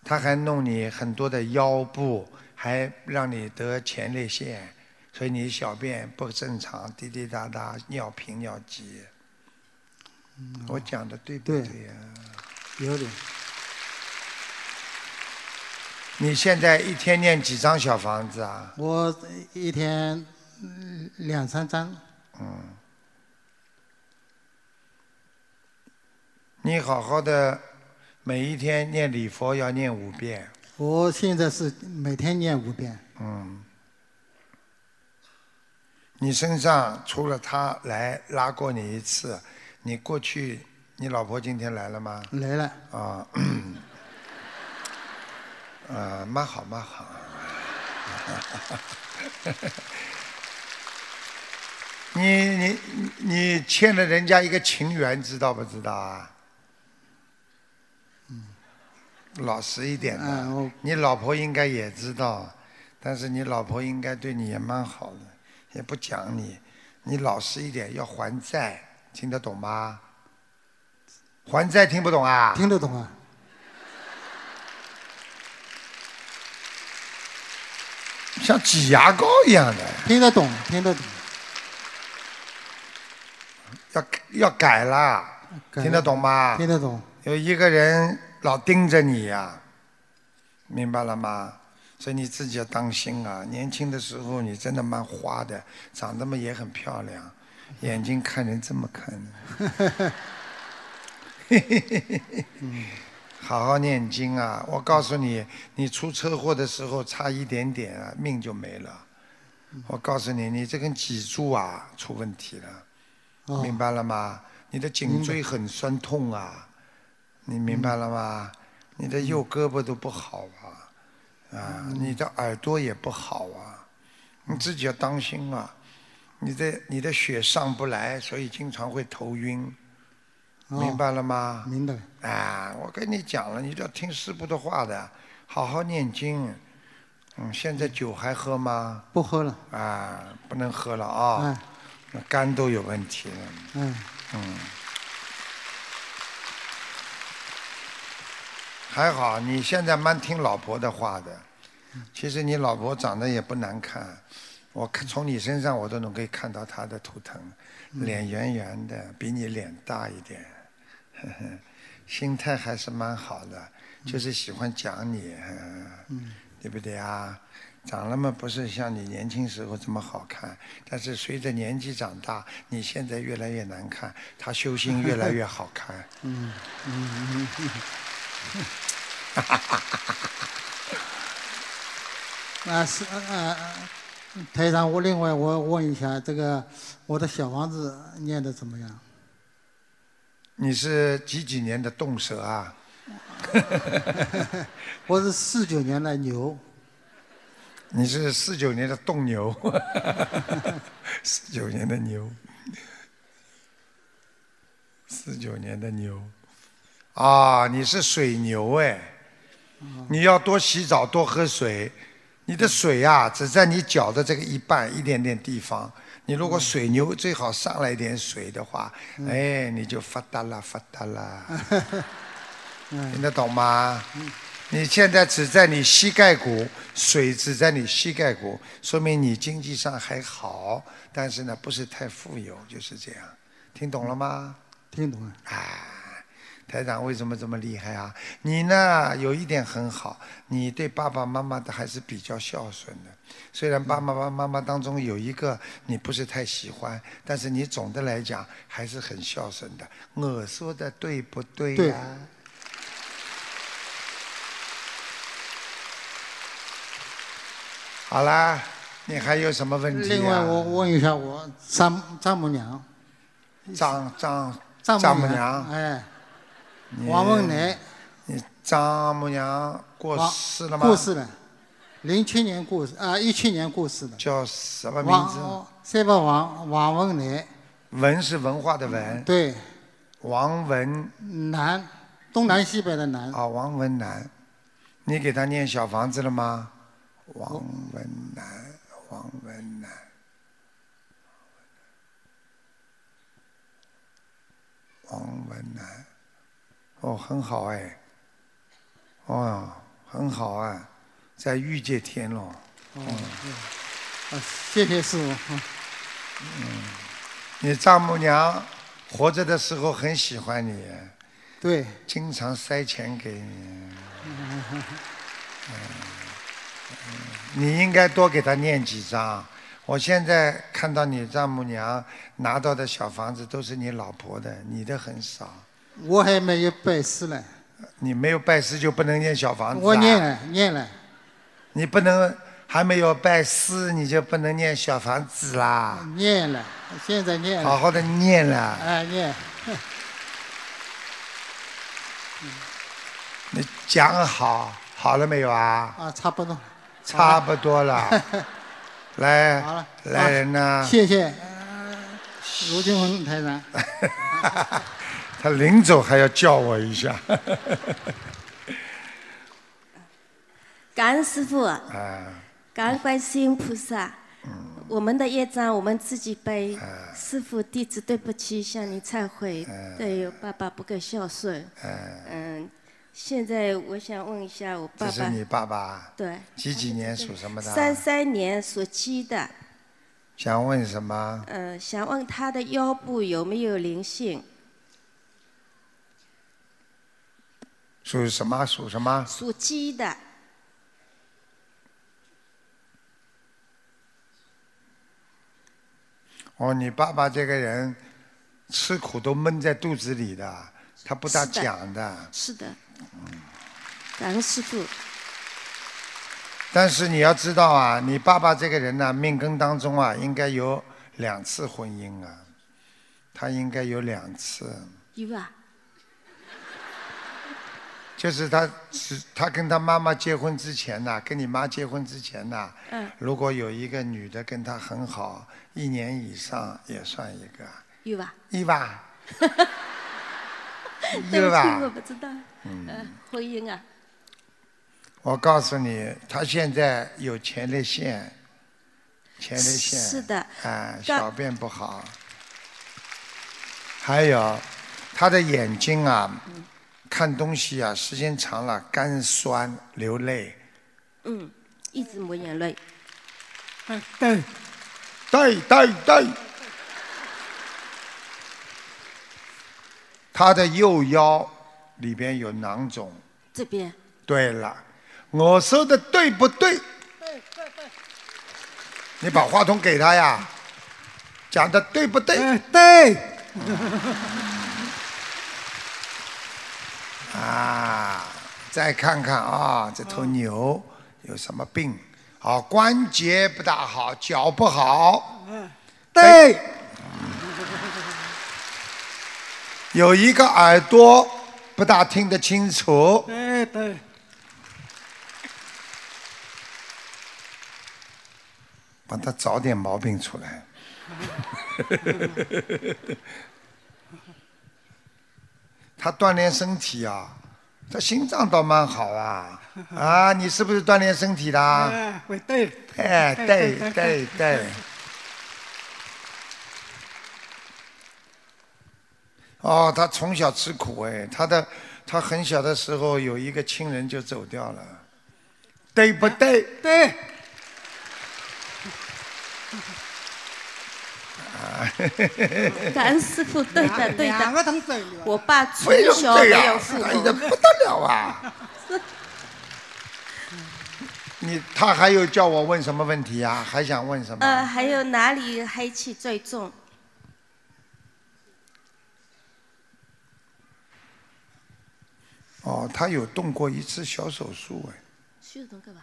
[SPEAKER 2] 他还弄你很多的腰部，还让你得前列腺，所以你小便不正常，滴滴答答，尿频尿急。我讲的对不
[SPEAKER 6] 嗯对
[SPEAKER 2] 对呀、
[SPEAKER 6] 有点
[SPEAKER 2] 你现在一天念几张小房子啊？
[SPEAKER 6] 我一天嗯两三张，
[SPEAKER 2] 嗯你好好的，每一天念礼佛要念五遍。
[SPEAKER 6] 我现在是每天念五遍。
[SPEAKER 2] 嗯你身上除了他来拉过你一次，你过去，你老婆今天来了吗？
[SPEAKER 6] 来了，
[SPEAKER 2] 啊，啊，蛮好蛮好。 你你你欠了人家一个情缘，知道不知道啊？老实一点的，
[SPEAKER 6] 哎我
[SPEAKER 2] 你老婆应该也知道，但是你老婆应该对你也蛮好的，也不讲你，你老实一点，要还债，听得懂吗？还债听不懂啊？
[SPEAKER 6] 听得懂啊？
[SPEAKER 2] 像挤牙膏一样的，
[SPEAKER 6] 听得懂，听得懂。
[SPEAKER 2] 要要改啦，
[SPEAKER 6] 改
[SPEAKER 2] 听得懂吗？
[SPEAKER 6] 听得懂，
[SPEAKER 2] 有一个人老盯着你呀、明白了吗？所以你自己要当心啊！年轻的时候你真的蛮花的，长得嘛也很漂亮，眼睛看人这么看的。好好念经啊！我告诉你，你出车祸的时候差一点点啊，命就没了。我告诉你，你这根脊柱啊出问题了。
[SPEAKER 6] 哦
[SPEAKER 2] 明白了吗？你的颈椎很酸痛啊，你明白了吗？你的右胳膊都不好啊，啊，你的耳朵也不好啊，你自己要当心啊。你的你的血上不来，所以经常会头晕，
[SPEAKER 6] 哦
[SPEAKER 2] 明白了吗？
[SPEAKER 6] 明白。
[SPEAKER 2] 啊，我跟你讲了，你都要听师傅的话的，好好念经。嗯，现在酒还喝吗？
[SPEAKER 6] 不喝了，哎
[SPEAKER 2] 啊，不能喝了啊，那肝都有问题了。
[SPEAKER 6] 嗯，
[SPEAKER 2] 嗯，还好你现在蛮听老婆的话的。其实你老婆长得也不难看，我看从你身上我都能可以看到她的图腾，
[SPEAKER 6] 嗯
[SPEAKER 2] 脸圆圆的，比你脸大一点， 呵呵，心态还是蛮好的，就是喜欢讲你，呵呵
[SPEAKER 6] 嗯
[SPEAKER 2] 对不对啊？长了嘛，不是像你年轻时候这么好看，但是随着年纪长大，你现在越来越难看，她修心越来越好看。
[SPEAKER 6] 嗯 嗯嗯，那是呃，台长，我另外我问一下，这个我的小房子念的怎么样？
[SPEAKER 2] 你是几几年的动蛇啊？
[SPEAKER 6] 我是四九年的牛，
[SPEAKER 2] 你是四九年的动牛，四九年的牛，四九年的牛，啊，你是水牛哎，你要多洗澡，多喝水。你的水啊，只在你脚的这个一半一点点地方。你如果水牛最好上来一点水的话，哎，你就发达啦，发达啦，听得懂吗？你现在只在你膝盖骨，水只在你膝盖骨，说明你经济上还好，但是呢不是太富有，就是这样，听懂了吗？啊
[SPEAKER 6] 听懂了？
[SPEAKER 2] 台长为什么这么厉害啊？你呢有一点很好，你对爸爸妈妈的还是比较孝顺的，虽然爸爸妈妈当中有一个你不是太喜欢，但是你总的来讲还是很孝顺的。我说的对不对
[SPEAKER 6] 对
[SPEAKER 2] 呀、好啦，你还有什么问题、啊？
[SPEAKER 6] 另外我问一下，我丈丈母娘，
[SPEAKER 2] 张张
[SPEAKER 6] 哎丈
[SPEAKER 2] 丈
[SPEAKER 6] 母
[SPEAKER 2] 母娘
[SPEAKER 6] 哎，
[SPEAKER 2] 你
[SPEAKER 6] 王文来
[SPEAKER 2] 你丈母娘过
[SPEAKER 6] 王
[SPEAKER 2] 世了吗？
[SPEAKER 6] 过世了，零七年过世啊，一七年过世的。
[SPEAKER 2] 叫什么名字？
[SPEAKER 6] 王三个王王文来，
[SPEAKER 2] 文是文化的文，
[SPEAKER 6] 对，
[SPEAKER 2] 王文
[SPEAKER 6] 南东南西北的南，
[SPEAKER 2] 啊，王文南，你给他念小房子了吗？王文南，王文南，王文南，哦，很好哎，哦，很好啊，在欲界天了。
[SPEAKER 6] 哦，对啊，谢谢师傅，
[SPEAKER 2] 嗯你丈母娘活着的时候很喜欢你，
[SPEAKER 6] 对，
[SPEAKER 2] 经常塞钱给你。你应该多给她念几张。我现在看到你丈母娘拿到的小房子都是你老婆的，你的很少。
[SPEAKER 6] 我还没有拜师嘞，
[SPEAKER 2] 你没有拜师就不能念小房子、啊。
[SPEAKER 6] 我念了念了，
[SPEAKER 2] 你不能还没有拜师你就不能念小房子啦，
[SPEAKER 6] 念了，现在念
[SPEAKER 2] 好
[SPEAKER 6] 了，
[SPEAKER 2] 好的念啦。
[SPEAKER 6] 哎念，
[SPEAKER 2] 你讲好好了没有啊？
[SPEAKER 6] 啊差不多，
[SPEAKER 2] 差不多了，来
[SPEAKER 6] 好了
[SPEAKER 2] 哎来人呐！
[SPEAKER 6] 谢谢，呃卢俊宏台长，
[SPEAKER 2] 他临走还要叫我一 下，
[SPEAKER 7] 感恩师傅，
[SPEAKER 2] 啊，嗯
[SPEAKER 7] 感恩观世音菩萨。我们的业障我们自己背，
[SPEAKER 2] 啊
[SPEAKER 7] 师傅弟子对不起，向你忏悔。对爸爸不够孝顺。
[SPEAKER 2] 啊
[SPEAKER 7] 嗯，现在我想问一下我爸
[SPEAKER 2] 这是
[SPEAKER 7] 爸，
[SPEAKER 2] 你爸爸，
[SPEAKER 7] 对，
[SPEAKER 2] 几几年属什么的？啊
[SPEAKER 7] 三三年属鸡的，
[SPEAKER 2] 想问什么？
[SPEAKER 7] 呃，想问他的腰部有没有灵性？
[SPEAKER 2] 属什么？属什么？
[SPEAKER 7] 属鸡的，
[SPEAKER 2] 哦，你爸爸这个人吃苦都闷在肚子里的，他不大
[SPEAKER 7] 是的
[SPEAKER 2] 讲的。
[SPEAKER 7] 是的。感恩师傅，
[SPEAKER 2] 但是你要知道啊，你爸爸这个人呢、命根当中啊，应该有两次婚姻啊，他应该有两次。
[SPEAKER 7] 有啊，
[SPEAKER 2] 就是他只他跟他妈妈结婚之前呐、跟你妈结婚之前呐、
[SPEAKER 7] 嗯
[SPEAKER 2] 如果有一个女的跟他很好，一年以上也算一个，
[SPEAKER 7] 有吧？
[SPEAKER 2] 一吧，
[SPEAKER 7] 对
[SPEAKER 2] 一
[SPEAKER 7] 不
[SPEAKER 2] 吧
[SPEAKER 7] 起，我，不知道。嗯，婚姻啊，
[SPEAKER 2] 我告诉你，他现在有前列腺，前列腺
[SPEAKER 7] 是的，
[SPEAKER 2] 哎，
[SPEAKER 7] 但
[SPEAKER 2] 小便不好。还有，他的眼睛啊，
[SPEAKER 7] 嗯
[SPEAKER 2] 看东西啊，时间长了干酸流泪。
[SPEAKER 7] 嗯，一直抹眼泪。
[SPEAKER 2] 对，对对对。他的右腰里边有囊肿。
[SPEAKER 7] 这边
[SPEAKER 2] 对了，我说的对不对？你把话筒给他呀，讲的对不对？
[SPEAKER 6] 哎对，
[SPEAKER 2] 啊，再看看啊，这头牛有什么病？好，关节不大好，脚不好。
[SPEAKER 6] 哎
[SPEAKER 2] 嗯
[SPEAKER 6] 对，
[SPEAKER 2] 有一个耳朵不大听得清楚，
[SPEAKER 6] 对对，
[SPEAKER 2] 帮他找点毛病出来。 他锻炼身体啊，他心脏倒蛮好啊。啊，你是不是锻炼身体的啊？
[SPEAKER 6] 哎，喂对，
[SPEAKER 2] 哎，对对对。哦，他从小吃苦哎，他的他很小的时候有一个亲人就走掉了，对不对？
[SPEAKER 6] 对，
[SPEAKER 7] 感恩师傅，对的对
[SPEAKER 6] 两
[SPEAKER 7] 的。
[SPEAKER 6] 个都对了，
[SPEAKER 7] 我爸从
[SPEAKER 2] 非常
[SPEAKER 7] 小
[SPEAKER 2] 对
[SPEAKER 7] 没
[SPEAKER 2] 呀、
[SPEAKER 7] 有父
[SPEAKER 2] 哎呀，
[SPEAKER 7] 母，
[SPEAKER 2] 不得了啊！ 你他还有叫我问什么问题呀、还想问什么？
[SPEAKER 7] 呃，还有哪里黑气最重？
[SPEAKER 2] 哦，他有动过一次小手术哎。
[SPEAKER 7] 虚荣干嘛？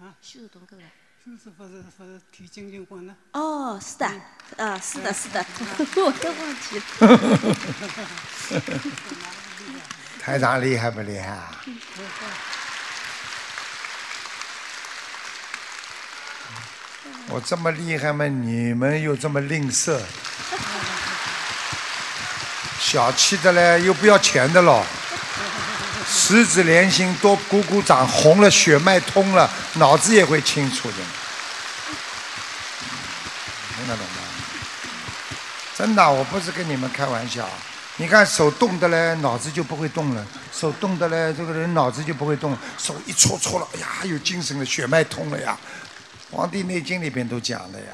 [SPEAKER 7] 啊，虚荣干嘛？
[SPEAKER 6] 就是不是不是提精进过呢？
[SPEAKER 7] 哦，是的，啊，是的， 是的，我都忘记了。
[SPEAKER 2] 台长厉害不厉害啊？我这么厉害吗？你们又这么吝啬，小气的嘞，又不要钱的喽。十指连心，多鼓鼓掌，红了血脉通了，脑子也会清楚的。听得懂吗？真的，我不是跟你们开玩笑。你看手动的嘞，脑子就不会动了；手动的嘞，这个人脑子就不会动。手一搓搓了，哎呀，有精神了，血脉通了呀。《黄帝内经》里边都讲的呀，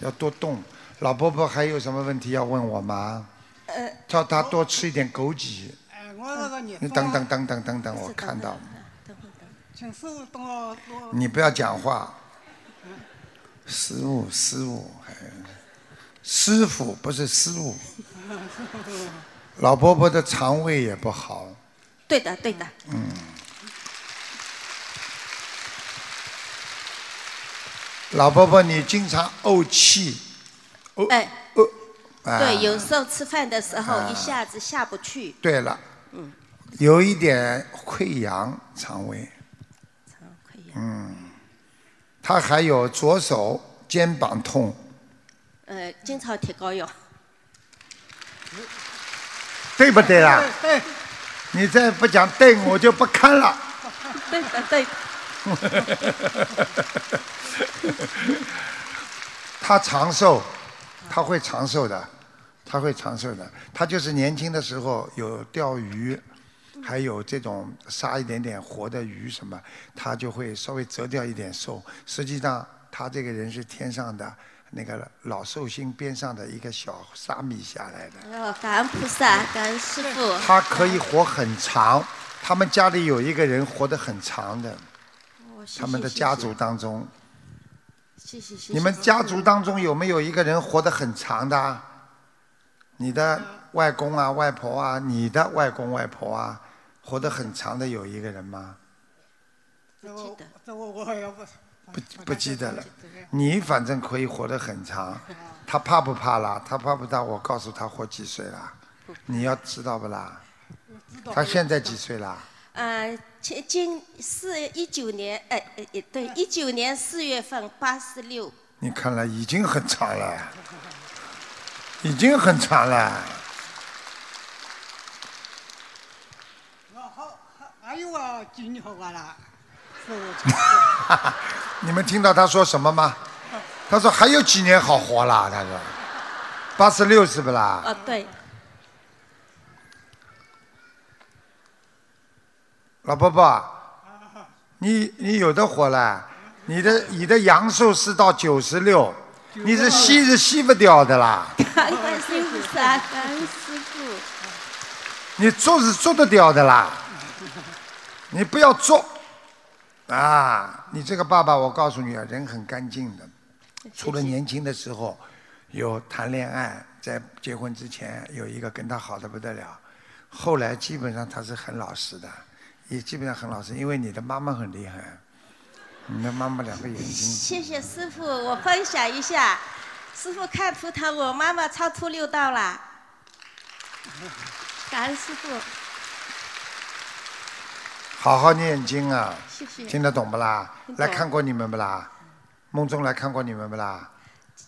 [SPEAKER 2] 要多动。老伯伯还有什么问题要问我吗？呃，叫他多吃一点枸杞。
[SPEAKER 6] 哎，我那个你
[SPEAKER 2] 你等等，等等等等，我看到
[SPEAKER 6] 请师傅等我多
[SPEAKER 2] 你不要讲话。师傅，师傅，哎师傅不是师傅。老伯伯的肠胃也不好，
[SPEAKER 7] 对的，对的，
[SPEAKER 2] 老伯伯你经常怄气，
[SPEAKER 7] 哎，
[SPEAKER 2] 怄、哦啊
[SPEAKER 7] 对，有时候吃饭的时候一下子下不去，嗯
[SPEAKER 2] 对了，有一点溃疡肠胃，
[SPEAKER 7] 常溃疡，
[SPEAKER 2] 他还有左手肩膀痛，
[SPEAKER 7] 呃，经常贴膏药，
[SPEAKER 2] 对不对啦？
[SPEAKER 6] 对
[SPEAKER 2] 你再不讲对，我就不看了。
[SPEAKER 7] 对
[SPEAKER 8] 呃
[SPEAKER 7] 的，对的，
[SPEAKER 2] 他长寿，他会长寿的，他会长寿的。他就是年轻的时候有钓鱼，还有这种杀一点点活的鱼什么，他就会稍微折掉一点寿。实际上，他这个人是天上的那个老寿星边上的一个小沙弥下来的。
[SPEAKER 7] 哦，感恩菩萨，感恩师傅，
[SPEAKER 2] 他可以活很长，他们家里有一个人活得很长的，
[SPEAKER 7] 哦谢谢
[SPEAKER 2] 他们的家族当中，
[SPEAKER 7] 谢谢谢谢，
[SPEAKER 2] 你们家族当中有没有一个人活得很长的啊？你的外公啊、外婆啊，你的外公外婆啊，活得很长的有一个人吗？
[SPEAKER 6] 这
[SPEAKER 7] 记
[SPEAKER 6] 我
[SPEAKER 7] 得
[SPEAKER 6] 这我我也不
[SPEAKER 2] 不不记得了。你反正可以活得很长，他怕不怕啦？他怕不怕？我告诉他活几岁啦？你要知道不啦？他现在几岁啦？
[SPEAKER 7] 呃，前今四一九年，呃呃呃，对，
[SPEAKER 2] 嗯
[SPEAKER 7] 一九年四月份八十六，
[SPEAKER 2] 你看了已经很长了，已经很长了。
[SPEAKER 9] 还有啊，今年好完了，是我
[SPEAKER 2] 你们听到他说什么吗？他说还有几年好活啦？他说，八十六是不啦？
[SPEAKER 10] 呃
[SPEAKER 7] 哦对，
[SPEAKER 2] 老伯伯，你你有的活了，你的你的阳寿是到九十六，你是吸是吸不掉的啦，
[SPEAKER 7] 感恩师傅，感恩师傅，
[SPEAKER 2] 你做是做得掉的啦，你不要做，啊，你这个爸爸，我告诉你啊，人很干净的，除了年轻的时候有谈恋爱，在结婚之前有一个跟他好的不得了，后来基本上他是很老实的，也基本上很老实，因为你的妈妈很厉害，你的妈妈两个眼睛
[SPEAKER 7] 谢谢师傅，我分享一下，师傅看图腾，我妈妈超出六道了，感恩师傅，
[SPEAKER 2] 好好念经啊，
[SPEAKER 7] 谢谢
[SPEAKER 2] 听得懂不啦？
[SPEAKER 7] 听懂
[SPEAKER 2] 来看过你们不啦？梦中来看过你们不啦？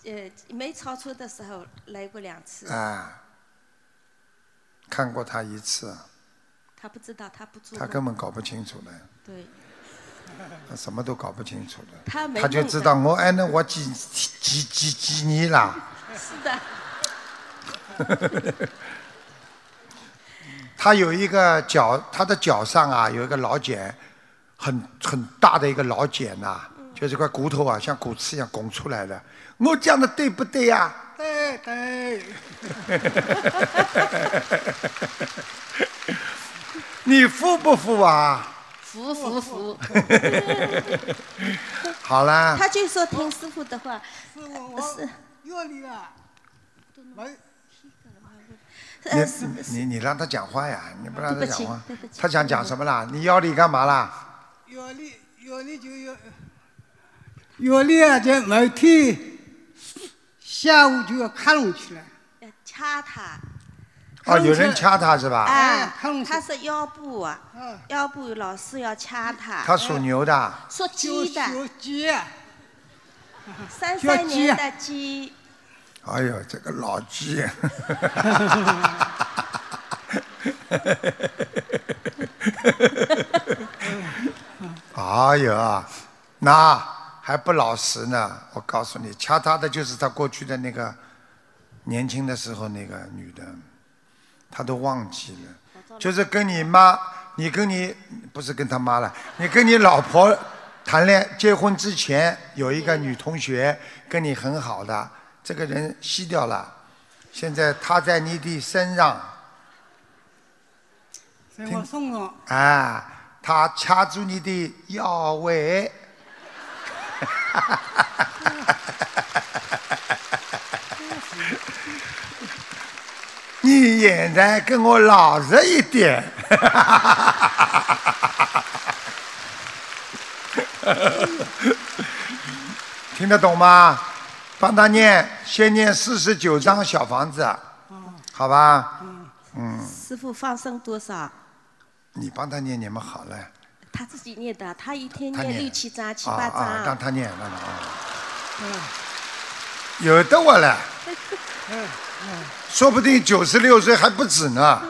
[SPEAKER 7] 呃，没超出的时候来过两次，
[SPEAKER 2] 啊，看过他一次，
[SPEAKER 7] 他不知道，他不做
[SPEAKER 2] 他
[SPEAKER 7] 梦，
[SPEAKER 2] 根本搞不清楚的，
[SPEAKER 7] 对，
[SPEAKER 2] 他什么都搞不清楚的，
[SPEAKER 7] 他没
[SPEAKER 2] 他就
[SPEAKER 7] 梦
[SPEAKER 2] 知
[SPEAKER 7] 的
[SPEAKER 2] 道我爱那我几几几几年啦。
[SPEAKER 7] 是的，
[SPEAKER 2] 他有一个脚，他的脚上啊有一个老茧，很很大的一个老茧呐、
[SPEAKER 7] 嗯
[SPEAKER 2] 就是块骨头啊，像骨刺一样拱出来的。我讲的对不对啊呀、
[SPEAKER 9] 对对，
[SPEAKER 2] 你服不服啊？
[SPEAKER 7] 服服服，
[SPEAKER 2] 好啦，
[SPEAKER 7] 他就说听师傅的话，
[SPEAKER 9] 是我我月里啊，没
[SPEAKER 7] 呃，
[SPEAKER 2] 你你你让他讲话呀，你不让他
[SPEAKER 7] 对不起
[SPEAKER 2] 讲话
[SPEAKER 7] 对不，起
[SPEAKER 2] 他想讲什么啦？你要你干嘛啦？
[SPEAKER 9] 月里月里就有月里啊，就每天下午就要看龙去了，
[SPEAKER 7] 呃掐他，
[SPEAKER 2] 哦，
[SPEAKER 9] 弄
[SPEAKER 2] 有人
[SPEAKER 9] 成
[SPEAKER 2] 掐他是吧？
[SPEAKER 7] 啊
[SPEAKER 9] 看龙，去
[SPEAKER 7] 他是腰部啊，
[SPEAKER 9] 嗯，
[SPEAKER 7] 腰部老是要掐他，
[SPEAKER 2] 他属牛的，
[SPEAKER 7] 说
[SPEAKER 9] 就
[SPEAKER 7] 鸡的，
[SPEAKER 9] 学鸡啊，
[SPEAKER 7] 三
[SPEAKER 9] 学
[SPEAKER 7] 三
[SPEAKER 9] 鸡啊
[SPEAKER 7] 年的鸡，
[SPEAKER 2] 哎呦，这个老 鸡， 哎呦，那还不老实呢！我告诉你，掐他的就是他过去的那个年轻的时候那个女的，他都忘记了，就是跟你妈，你跟你不是跟他妈了，你跟你老婆谈恋结婚之前有一个女同学跟你很好的，这个人吸掉了，现在他在你的身上，
[SPEAKER 9] 在我送了，
[SPEAKER 2] 啊，他掐住你的腰围， 你现在跟我老实一点。 听得懂吗？帮他念，先念四十九张小房子，啊
[SPEAKER 7] 啊
[SPEAKER 2] 好吧？
[SPEAKER 7] 嗯
[SPEAKER 2] 嗯
[SPEAKER 7] 师傅放生多少？
[SPEAKER 2] 你帮他念，你们好了。
[SPEAKER 7] 他自己念的，他一天
[SPEAKER 2] 他
[SPEAKER 7] 念
[SPEAKER 2] 念
[SPEAKER 7] 六七章、啊七
[SPEAKER 2] 啊
[SPEAKER 7] 八
[SPEAKER 2] 啊，让
[SPEAKER 7] 章，
[SPEAKER 2] 他念，让他念。
[SPEAKER 7] 嗯
[SPEAKER 2] 有的我了，说不定九十六岁还不止呢。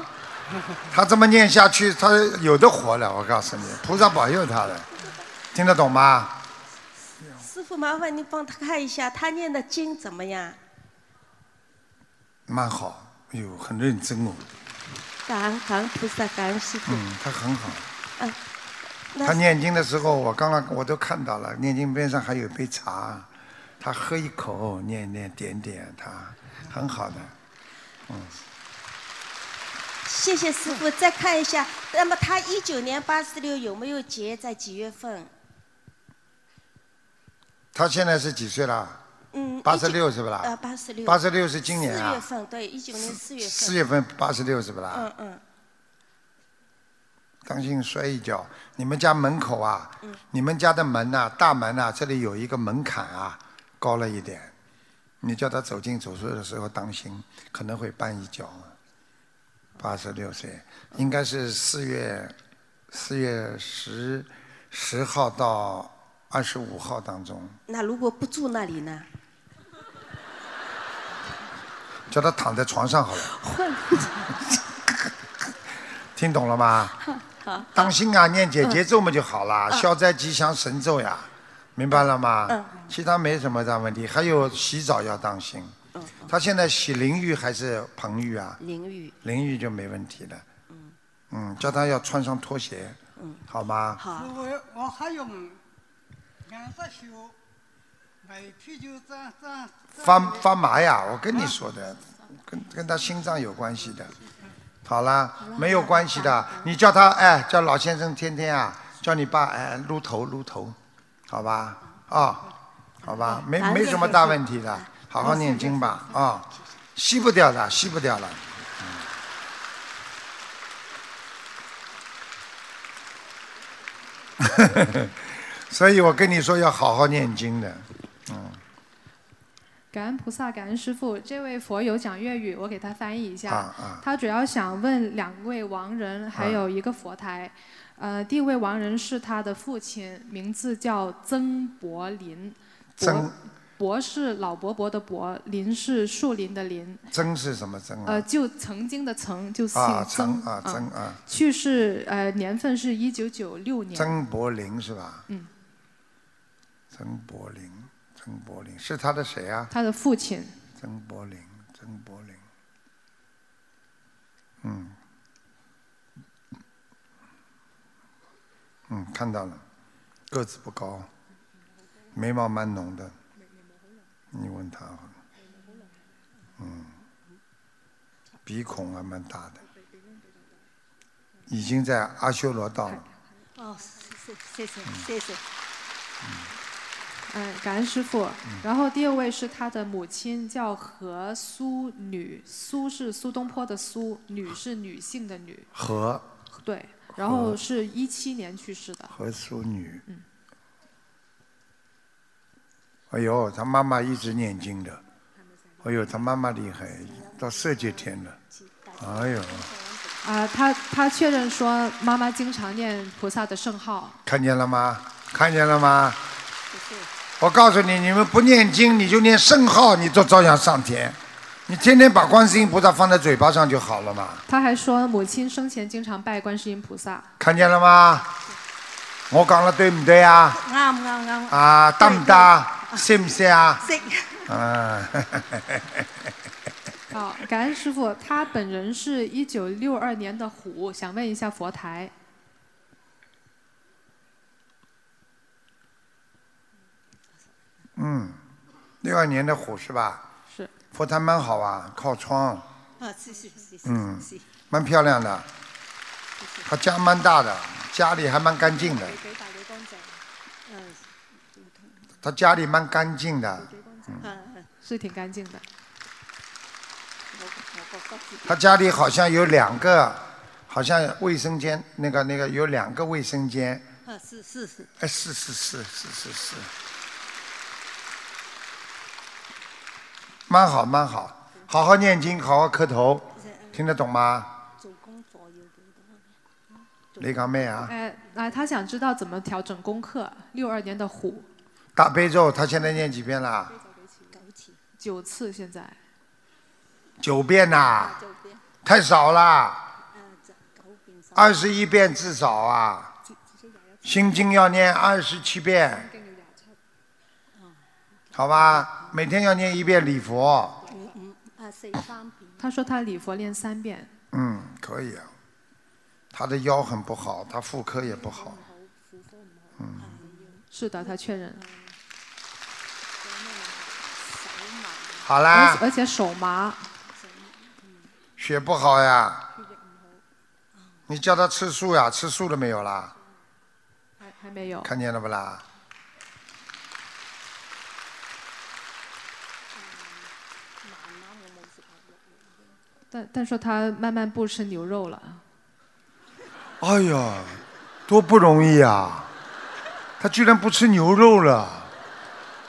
[SPEAKER 2] 他这么念下去，他有的活了。我告诉你，菩萨保佑他了，听得懂吗？
[SPEAKER 7] 师傅麻烦您帮他看一下，他念的经怎么样？
[SPEAKER 2] 蛮好，哎呦，很认真哦。
[SPEAKER 7] 感恩感恩菩萨，感恩师傅。
[SPEAKER 2] 嗯，他很好。
[SPEAKER 8] 嗯
[SPEAKER 7] 那
[SPEAKER 2] 他念经的时候，我刚刚我都看到了，念经边上还有杯茶，他喝一口，念念点点，他很好的。
[SPEAKER 7] 谢谢师傅，再看一下，那么他一九年八十六有没有结？在几月份？
[SPEAKER 2] 他现在是几岁了？
[SPEAKER 7] 嗯，
[SPEAKER 2] 八十六是不啦？
[SPEAKER 7] 呃，八十六，
[SPEAKER 2] 八十六是今年
[SPEAKER 7] 四月
[SPEAKER 2] 啊，
[SPEAKER 7] 份，对，一九年四月份。
[SPEAKER 2] 四啊月份八十六是不啦？
[SPEAKER 7] 嗯嗯，
[SPEAKER 2] 当心摔一跤。你们家门口啊，你们家的门呐、大门呐、这里有一个门槛啊，高了一点。你叫他走进走出的时候当心，可能会绊一跤啊。八十六岁，应该是四月四月十十号到二十五号当中，
[SPEAKER 7] 那如果不住那里呢？
[SPEAKER 2] 叫他躺在床上 好了。
[SPEAKER 7] 换
[SPEAKER 2] 听懂了吗？
[SPEAKER 7] 好，
[SPEAKER 2] 当心啊，念姐
[SPEAKER 7] 嗯
[SPEAKER 2] 姐咒嘛就好了，消灾吉祥神咒呀，明白了吗？
[SPEAKER 7] 嗯
[SPEAKER 2] 其他没什么大问题，还有洗澡要当心。
[SPEAKER 7] 嗯
[SPEAKER 2] 他现在洗淋浴还是盆浴啊？
[SPEAKER 7] 淋浴，
[SPEAKER 2] 淋浴就没问题了。嗯，叫他要穿上拖鞋，
[SPEAKER 7] 嗯，
[SPEAKER 2] 好吗？
[SPEAKER 7] 好，
[SPEAKER 9] 我我还有两个手，每天就这样这样。这样
[SPEAKER 2] 发发麻呀，我跟你说的，跟跟他心脏有关系的。好啦，没有关系的，你叫他哎，叫老先生天天啊，叫你爸哎撸头撸头，好吧？啊、好吧，没没什么大问题的，好好念经吧啊、吸不掉的，吸不掉了。嗯所以我跟你说要好好念经的，嗯。
[SPEAKER 11] 感恩菩萨，感恩师傅。这位佛友讲粤语，我给他翻译一下。
[SPEAKER 2] 啊啊
[SPEAKER 11] 他主要想问两位亡人，还有一个佛台。呃，第一位亡人是他的父亲，名字叫曾伯林。
[SPEAKER 2] 曾
[SPEAKER 11] 伯伯是老伯伯的伯，林是树林的林。
[SPEAKER 2] 曾是什么曾
[SPEAKER 11] 呃，
[SPEAKER 2] 啊？
[SPEAKER 11] 就曾经的曾，就嗯姓
[SPEAKER 2] 啊，
[SPEAKER 11] 曾
[SPEAKER 2] 曾啊，曾啊，
[SPEAKER 11] 去世呃年份是一九九六年。
[SPEAKER 2] 曾柏林是吧？
[SPEAKER 11] 嗯，
[SPEAKER 2] 曾柏林，曾柏林是他的谁啊？
[SPEAKER 11] 他的父亲。
[SPEAKER 2] 曾柏林，曾柏林，嗯，嗯，看到了，个子不高，眉毛蛮浓的，你问他好了，嗯，鼻孔还蛮大的，已经在阿修罗道了，
[SPEAKER 12] 哦，谢谢谢谢谢谢。
[SPEAKER 11] 嗯，感恩师傅。然后第二位是他的母亲，叫何苏女，苏是苏东坡的苏，女是女性的女，
[SPEAKER 2] 和
[SPEAKER 11] 对。然后
[SPEAKER 2] 何
[SPEAKER 11] 是一七年去世的，
[SPEAKER 2] 和淑女，哎呦，他妈妈一直念经的，哎呦，他妈妈厉害，到色界天了，哎呦，
[SPEAKER 11] 啊、他他确认说妈妈经常念菩萨的圣号，
[SPEAKER 2] 看见了吗？看见了吗？我告诉你，你们不念经，你就念圣号，你都照样上天。你天天把观世音菩萨放在嘴巴上就好了嘛，
[SPEAKER 11] 他还说母亲生前经常拜观世音菩萨，
[SPEAKER 2] 看见了吗？我讲了对唔对啊？
[SPEAKER 12] 啱啱啱。
[SPEAKER 2] 啊，得唔得？信唔信啊？
[SPEAKER 12] 识。
[SPEAKER 2] 啊，
[SPEAKER 11] 好，感恩师傅，他本人是一九六二年的虎，想问一下佛台，
[SPEAKER 2] 嗯，六二年的虎是吧？
[SPEAKER 11] 是。
[SPEAKER 2] 佛台蛮好啊，靠窗，
[SPEAKER 12] 啊，谢谢谢谢。
[SPEAKER 2] 嗯
[SPEAKER 12] 谢谢。
[SPEAKER 2] 蛮漂亮的，他家蛮大的，家里还蛮干净的，
[SPEAKER 12] 几大几乾淨。嗯
[SPEAKER 2] 他家里蛮干净的，
[SPEAKER 12] 嗯，
[SPEAKER 11] 是挺干净的。
[SPEAKER 12] 我我覺得自己
[SPEAKER 2] 他家里好像有两个，好像卫生间那个那个有两个卫生间，
[SPEAKER 12] 啊，是是是，
[SPEAKER 2] 哎，是是是是是是，蛮好蛮好，好好念经，好好磕头，听得懂吗？
[SPEAKER 12] 做功課要幾多？
[SPEAKER 2] 你讲咩啊？
[SPEAKER 11] 哎，啊，他想知道怎么调整功课。六二年的虎，
[SPEAKER 2] 大悲咒他现在念几遍啦？
[SPEAKER 12] 九次。
[SPEAKER 11] 九次现在。
[SPEAKER 2] 九遍呐、
[SPEAKER 12] 九遍。
[SPEAKER 2] 太少啦，
[SPEAKER 12] 嗯，九遍三。
[SPEAKER 2] 二十一遍至少啊。心经要念二十七遍，好吧？每天要念一遍礼
[SPEAKER 7] 嗯
[SPEAKER 2] 佛，
[SPEAKER 12] 五五啊，四三遍。
[SPEAKER 11] 他说他礼佛练三遍，
[SPEAKER 2] 嗯，可以啊。他的腰很不好，他妇科也不好，
[SPEAKER 11] 是的，他确认，
[SPEAKER 2] 好
[SPEAKER 11] 而
[SPEAKER 2] 啦
[SPEAKER 11] 且，而且手麻。
[SPEAKER 2] 血不好呀。你叫他吃素呀？吃素了没有啦？
[SPEAKER 11] 还还没有。
[SPEAKER 2] 看见了不啦？
[SPEAKER 11] 但但说他慢慢不吃牛肉了，
[SPEAKER 2] 哎呀，多不容易啊！他居然不吃牛肉了，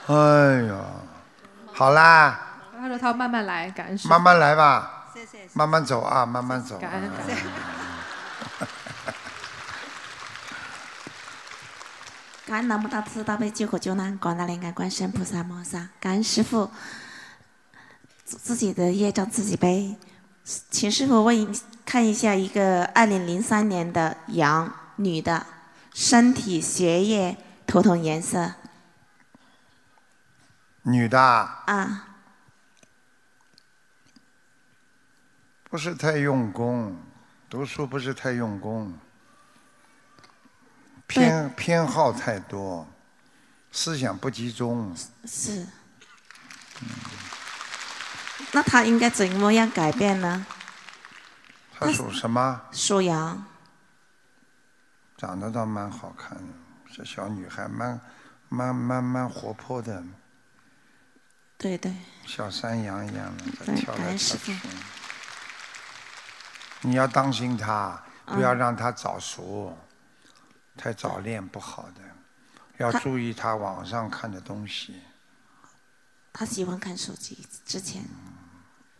[SPEAKER 2] 哎呀，好啦，
[SPEAKER 11] 他说他慢慢来，感恩师父
[SPEAKER 2] 慢慢来吧，
[SPEAKER 12] 謝謝。
[SPEAKER 2] 嗯慢慢走啊，慢慢走啊、
[SPEAKER 11] 感恩感恩。
[SPEAKER 10] 感恩南无大慈大悲救苦救难广大灵感观世音菩萨摩诃萨，感恩师父，自自己的业障自己背。请师傅问一看一下一个二零零三年的羊女的身体、血液、头疼颜色
[SPEAKER 2] 女的啊
[SPEAKER 10] 啊，
[SPEAKER 2] 不是太用功，读书不是太用功，偏偏好太多，思想不集中。
[SPEAKER 10] 是。那她应该怎么样改变呢？
[SPEAKER 2] 她属什么？
[SPEAKER 10] 属羊，
[SPEAKER 2] 长得倒蛮好看的，这小女孩蛮蛮蛮蛮活泼的，
[SPEAKER 10] 对对
[SPEAKER 2] 小山羊一样的在
[SPEAKER 10] 对，
[SPEAKER 2] 跳
[SPEAKER 10] 感
[SPEAKER 2] 来跳
[SPEAKER 10] 恩师
[SPEAKER 2] 去。
[SPEAKER 10] 傅。
[SPEAKER 2] 你要当心她，不要
[SPEAKER 10] 嗯
[SPEAKER 2] 让她早熟，太早恋不好的，要
[SPEAKER 10] 她
[SPEAKER 2] 注意她网上看的东西。
[SPEAKER 10] 她喜欢看手机，之前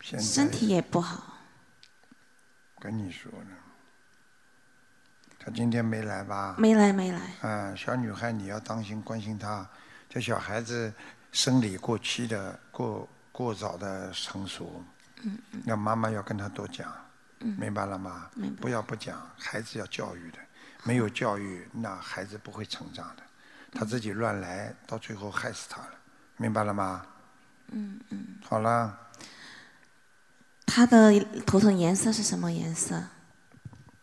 [SPEAKER 2] 现在
[SPEAKER 10] 身体也不好，
[SPEAKER 2] 跟你说呢，她今天没来吧？
[SPEAKER 10] 没来没来。
[SPEAKER 2] 啊，小女孩你要当心关心她，这小孩子生理过期的过过早的成熟，
[SPEAKER 10] 嗯嗯
[SPEAKER 2] 那妈妈要跟她多讲，
[SPEAKER 10] 嗯，
[SPEAKER 2] 明白了吗？
[SPEAKER 10] 明白
[SPEAKER 2] 不要不讲，孩子要教育的，没有教育那孩子不会成长的，
[SPEAKER 10] 嗯
[SPEAKER 2] 他自己乱来，到最后害死他了，明白了吗？
[SPEAKER 10] 嗯嗯。
[SPEAKER 2] 好了，
[SPEAKER 10] 她的头疼颜色是什么颜色？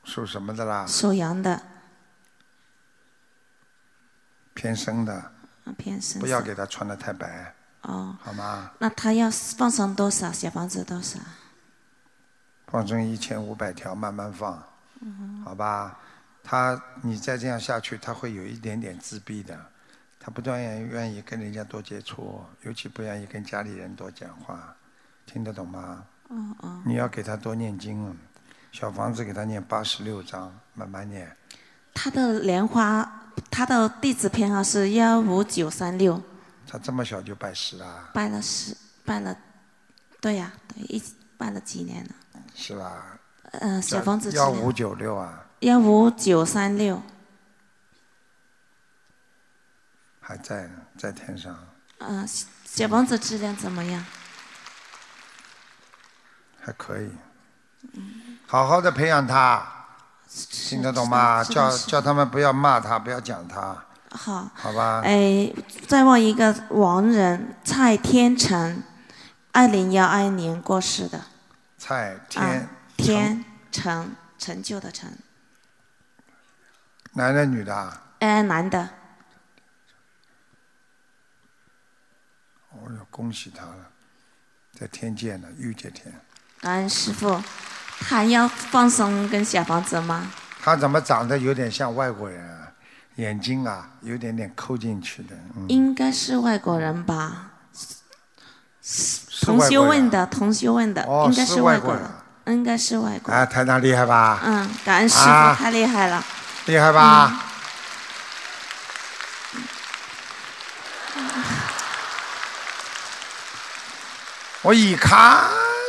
[SPEAKER 2] 属什么的啦？
[SPEAKER 10] 属羊的，
[SPEAKER 2] 偏深的，
[SPEAKER 10] 啊偏深色。
[SPEAKER 2] 不要给他穿的太白，
[SPEAKER 10] 哦。
[SPEAKER 2] 好吗？
[SPEAKER 10] 那她要放生多少？小房子多少？
[SPEAKER 2] 放生一千五百条，慢慢放。
[SPEAKER 10] 嗯
[SPEAKER 2] 好吧？他你再这样下去，他会有一点点自闭的，他不断愿愿意跟人家多接触，尤其不愿意跟家里人多讲话，听得懂吗？
[SPEAKER 10] 哦哦。
[SPEAKER 2] 你要给他多念经啊，小房子给他念八十六章，慢慢念。
[SPEAKER 10] 他的莲花，他的地址编号是幺五九三六，
[SPEAKER 2] 他这么小就拜师啦，
[SPEAKER 10] 拜了十，拜了，对呀、对，一拜了几年了？
[SPEAKER 2] 是吧？
[SPEAKER 10] 呃，小房子质
[SPEAKER 2] 幺
[SPEAKER 10] 量
[SPEAKER 2] 五九六啊，
[SPEAKER 10] 幺五九三六
[SPEAKER 2] 还在呢，在天上。
[SPEAKER 10] 呃，小房子质量怎么样？
[SPEAKER 2] 还可以。好好的培养他，听得懂吗？
[SPEAKER 10] 知道
[SPEAKER 2] 叫
[SPEAKER 10] 知道
[SPEAKER 2] 叫他们不要骂他，不要讲他，
[SPEAKER 10] 好，
[SPEAKER 2] 好吧？
[SPEAKER 10] 哎，再问一个亡人蔡天成，二零幺二年过世的，
[SPEAKER 2] 蔡天
[SPEAKER 10] 啊，天成成就的成，
[SPEAKER 2] 男的女的啊？
[SPEAKER 10] 哎，男的，
[SPEAKER 2] 哦哟，恭喜他了，在天界呢，御界天。
[SPEAKER 10] 感恩哎师傅，他要放生跟小房子吗？
[SPEAKER 2] 他怎么长得有点像外国人啊？眼睛啊，有点点抠进去的。嗯，
[SPEAKER 10] 应该是外国人吧？
[SPEAKER 2] 是
[SPEAKER 10] 同
[SPEAKER 2] 外
[SPEAKER 10] 修
[SPEAKER 2] 国人
[SPEAKER 10] 问的，同修问的，
[SPEAKER 2] 哦
[SPEAKER 10] 应该
[SPEAKER 2] 是
[SPEAKER 10] 是
[SPEAKER 2] 外
[SPEAKER 10] 国
[SPEAKER 2] 国
[SPEAKER 10] 人，应该是外国。
[SPEAKER 2] 啊，台长厉害吧？
[SPEAKER 10] 嗯，感恩师
[SPEAKER 2] 啊
[SPEAKER 10] 傅太厉害了。
[SPEAKER 2] 厉害吧？
[SPEAKER 10] 嗯
[SPEAKER 2] 我一看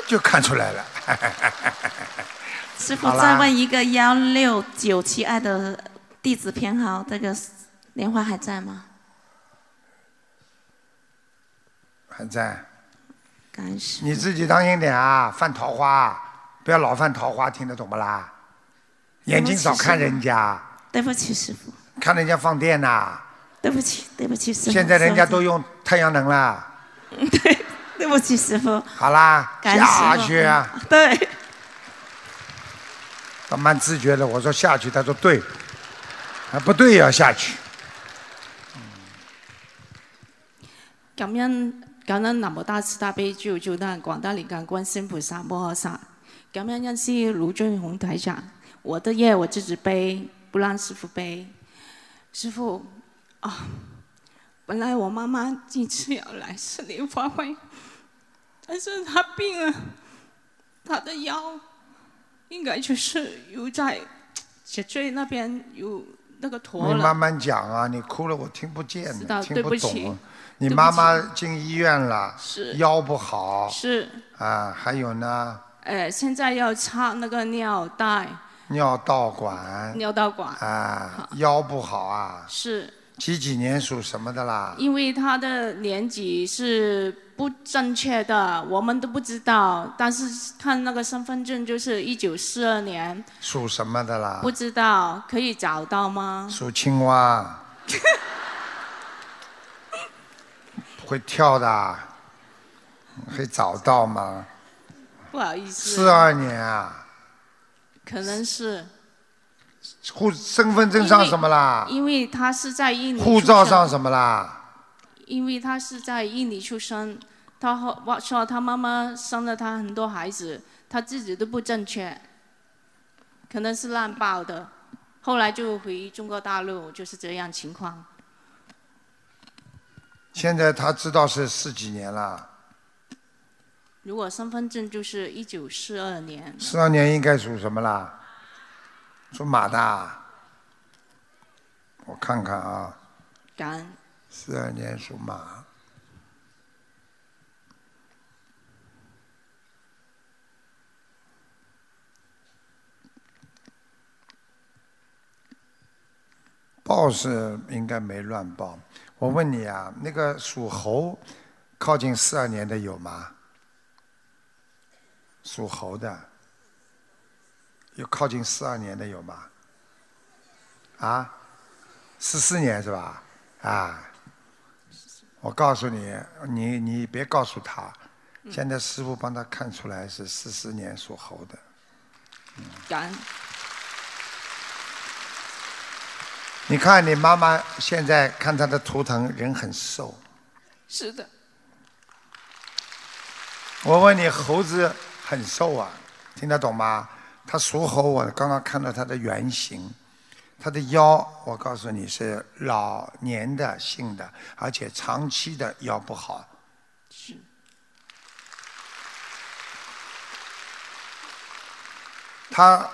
[SPEAKER 2] 就看出来了。
[SPEAKER 10] 师傅
[SPEAKER 2] 好啦
[SPEAKER 10] 再问一个幺六九七二的地址编号，这个莲花还在 吗？
[SPEAKER 2] 还在。
[SPEAKER 10] 感恩师
[SPEAKER 2] 你自己当心点啊，犯桃花，不要老犯桃花，听得懂不啦？眼睛少看人家，
[SPEAKER 10] 对不起师傅，
[SPEAKER 2] 看人家放电呐、
[SPEAKER 10] 对不起，对不起师傅。
[SPEAKER 2] 现在人家
[SPEAKER 10] 师傅
[SPEAKER 2] 都用太阳能了，
[SPEAKER 10] 对不起师傅，
[SPEAKER 2] 好啦，
[SPEAKER 10] 感恩
[SPEAKER 2] 下
[SPEAKER 10] 师傅
[SPEAKER 2] 去啊，
[SPEAKER 10] 对，
[SPEAKER 2] 他蛮自觉的。我说下去，他说对，啊不对也要下去。
[SPEAKER 13] 感恩啊感恩南无大慈大悲救苦救难广大灵感观世音菩萨摩诃萨，感恩恩师卢俊宏台长，我的业我自己背，不让师傅背。师傅啊、本来我妈妈这次要来是莲花会，但是她病了，她的腰应该就是有在脊椎那边有那个
[SPEAKER 2] 你
[SPEAKER 13] 驼了。
[SPEAKER 2] 慢慢讲啊，你哭了我听不见
[SPEAKER 13] 知
[SPEAKER 2] 的，
[SPEAKER 13] 道
[SPEAKER 2] 听
[SPEAKER 13] 对不起
[SPEAKER 2] 懂。啊你
[SPEAKER 13] 对不
[SPEAKER 2] 妈
[SPEAKER 13] 起
[SPEAKER 2] 妈进医院了，
[SPEAKER 13] 是
[SPEAKER 2] 腰不好，
[SPEAKER 13] 是
[SPEAKER 2] 啊，还有呢，
[SPEAKER 13] 呃，现在要插那个尿袋、
[SPEAKER 2] 尿道管
[SPEAKER 13] 尿道管，
[SPEAKER 2] 啊，腰不好啊，
[SPEAKER 13] 是
[SPEAKER 2] 几几年属什么的啦？
[SPEAKER 13] 因为他的年纪是不正确的，我们都不知道。但是看那个身份证，就是一九四二年，
[SPEAKER 2] 属什么的啦？
[SPEAKER 13] 不知道可以找到吗？
[SPEAKER 2] 属青 蛙。会跳的啊，会找到吗？
[SPEAKER 13] 不好意思，
[SPEAKER 2] 四二年啊，
[SPEAKER 13] 可能是
[SPEAKER 2] 护身份证上什么啦？
[SPEAKER 13] 因为他是在印尼
[SPEAKER 2] 护照上
[SPEAKER 13] 么？
[SPEAKER 2] 什么啦？
[SPEAKER 13] 因为他是在印尼出生，他后我说他妈妈生了他很多孩子，他自己都不正确，可能是烂爆的，后来就回中国大陆，就是这样情况。
[SPEAKER 2] 现在他知道是四几年了，
[SPEAKER 13] 如果身份证就是一九四二年，
[SPEAKER 2] 四二年应该属什么啦？属马的啊。我看看啊，
[SPEAKER 13] 感恩
[SPEAKER 2] 四二年属马。报是应该没乱报。我问你啊，那个属猴靠近四二年的有吗？属猴的有靠近四二年的有吗？啊，四四年是吧？啊，我告诉你，你你别告诉他，
[SPEAKER 13] 嗯
[SPEAKER 2] 现在师傅帮他看出来是四四年属猴的。
[SPEAKER 13] 感恩
[SPEAKER 2] 你看你妈妈现在看她的图腾，人很瘦。
[SPEAKER 13] 是的，
[SPEAKER 2] 我问你，猴子很瘦啊，听得懂吗？它属猴，我刚刚看到它的原型，它的腰，我告诉你是老年的性的，而且长期的腰不好。
[SPEAKER 13] 是
[SPEAKER 2] 它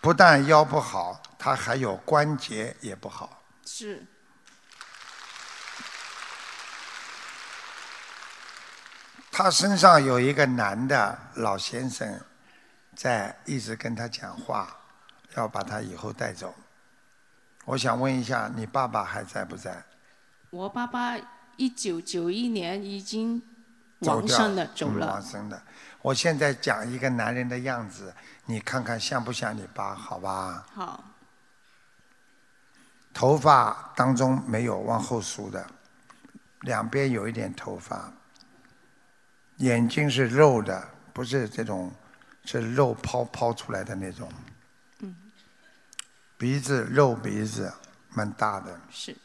[SPEAKER 2] 不但腰不好，它还有关节也不好。
[SPEAKER 13] 是
[SPEAKER 2] 他身上有一个男的老先生，在一直跟他讲话，要把他以后带走。我想问一下，你爸爸还在不在？
[SPEAKER 13] 我爸爸一九九一年已经
[SPEAKER 2] 走
[SPEAKER 13] 往
[SPEAKER 2] 掉
[SPEAKER 13] 生了，走
[SPEAKER 2] 嗯
[SPEAKER 13] 了
[SPEAKER 2] 往。生的。我现在讲一个男人的样子，你看看像不像你爸？好吧，
[SPEAKER 13] 好，
[SPEAKER 2] 头发当中没有往后梳的，两边有一点头发，眼睛是肉的，不是这种，是肉泡泡出来的那种。
[SPEAKER 13] 嗯，
[SPEAKER 2] 鼻子肉鼻子蛮大的，
[SPEAKER 13] 是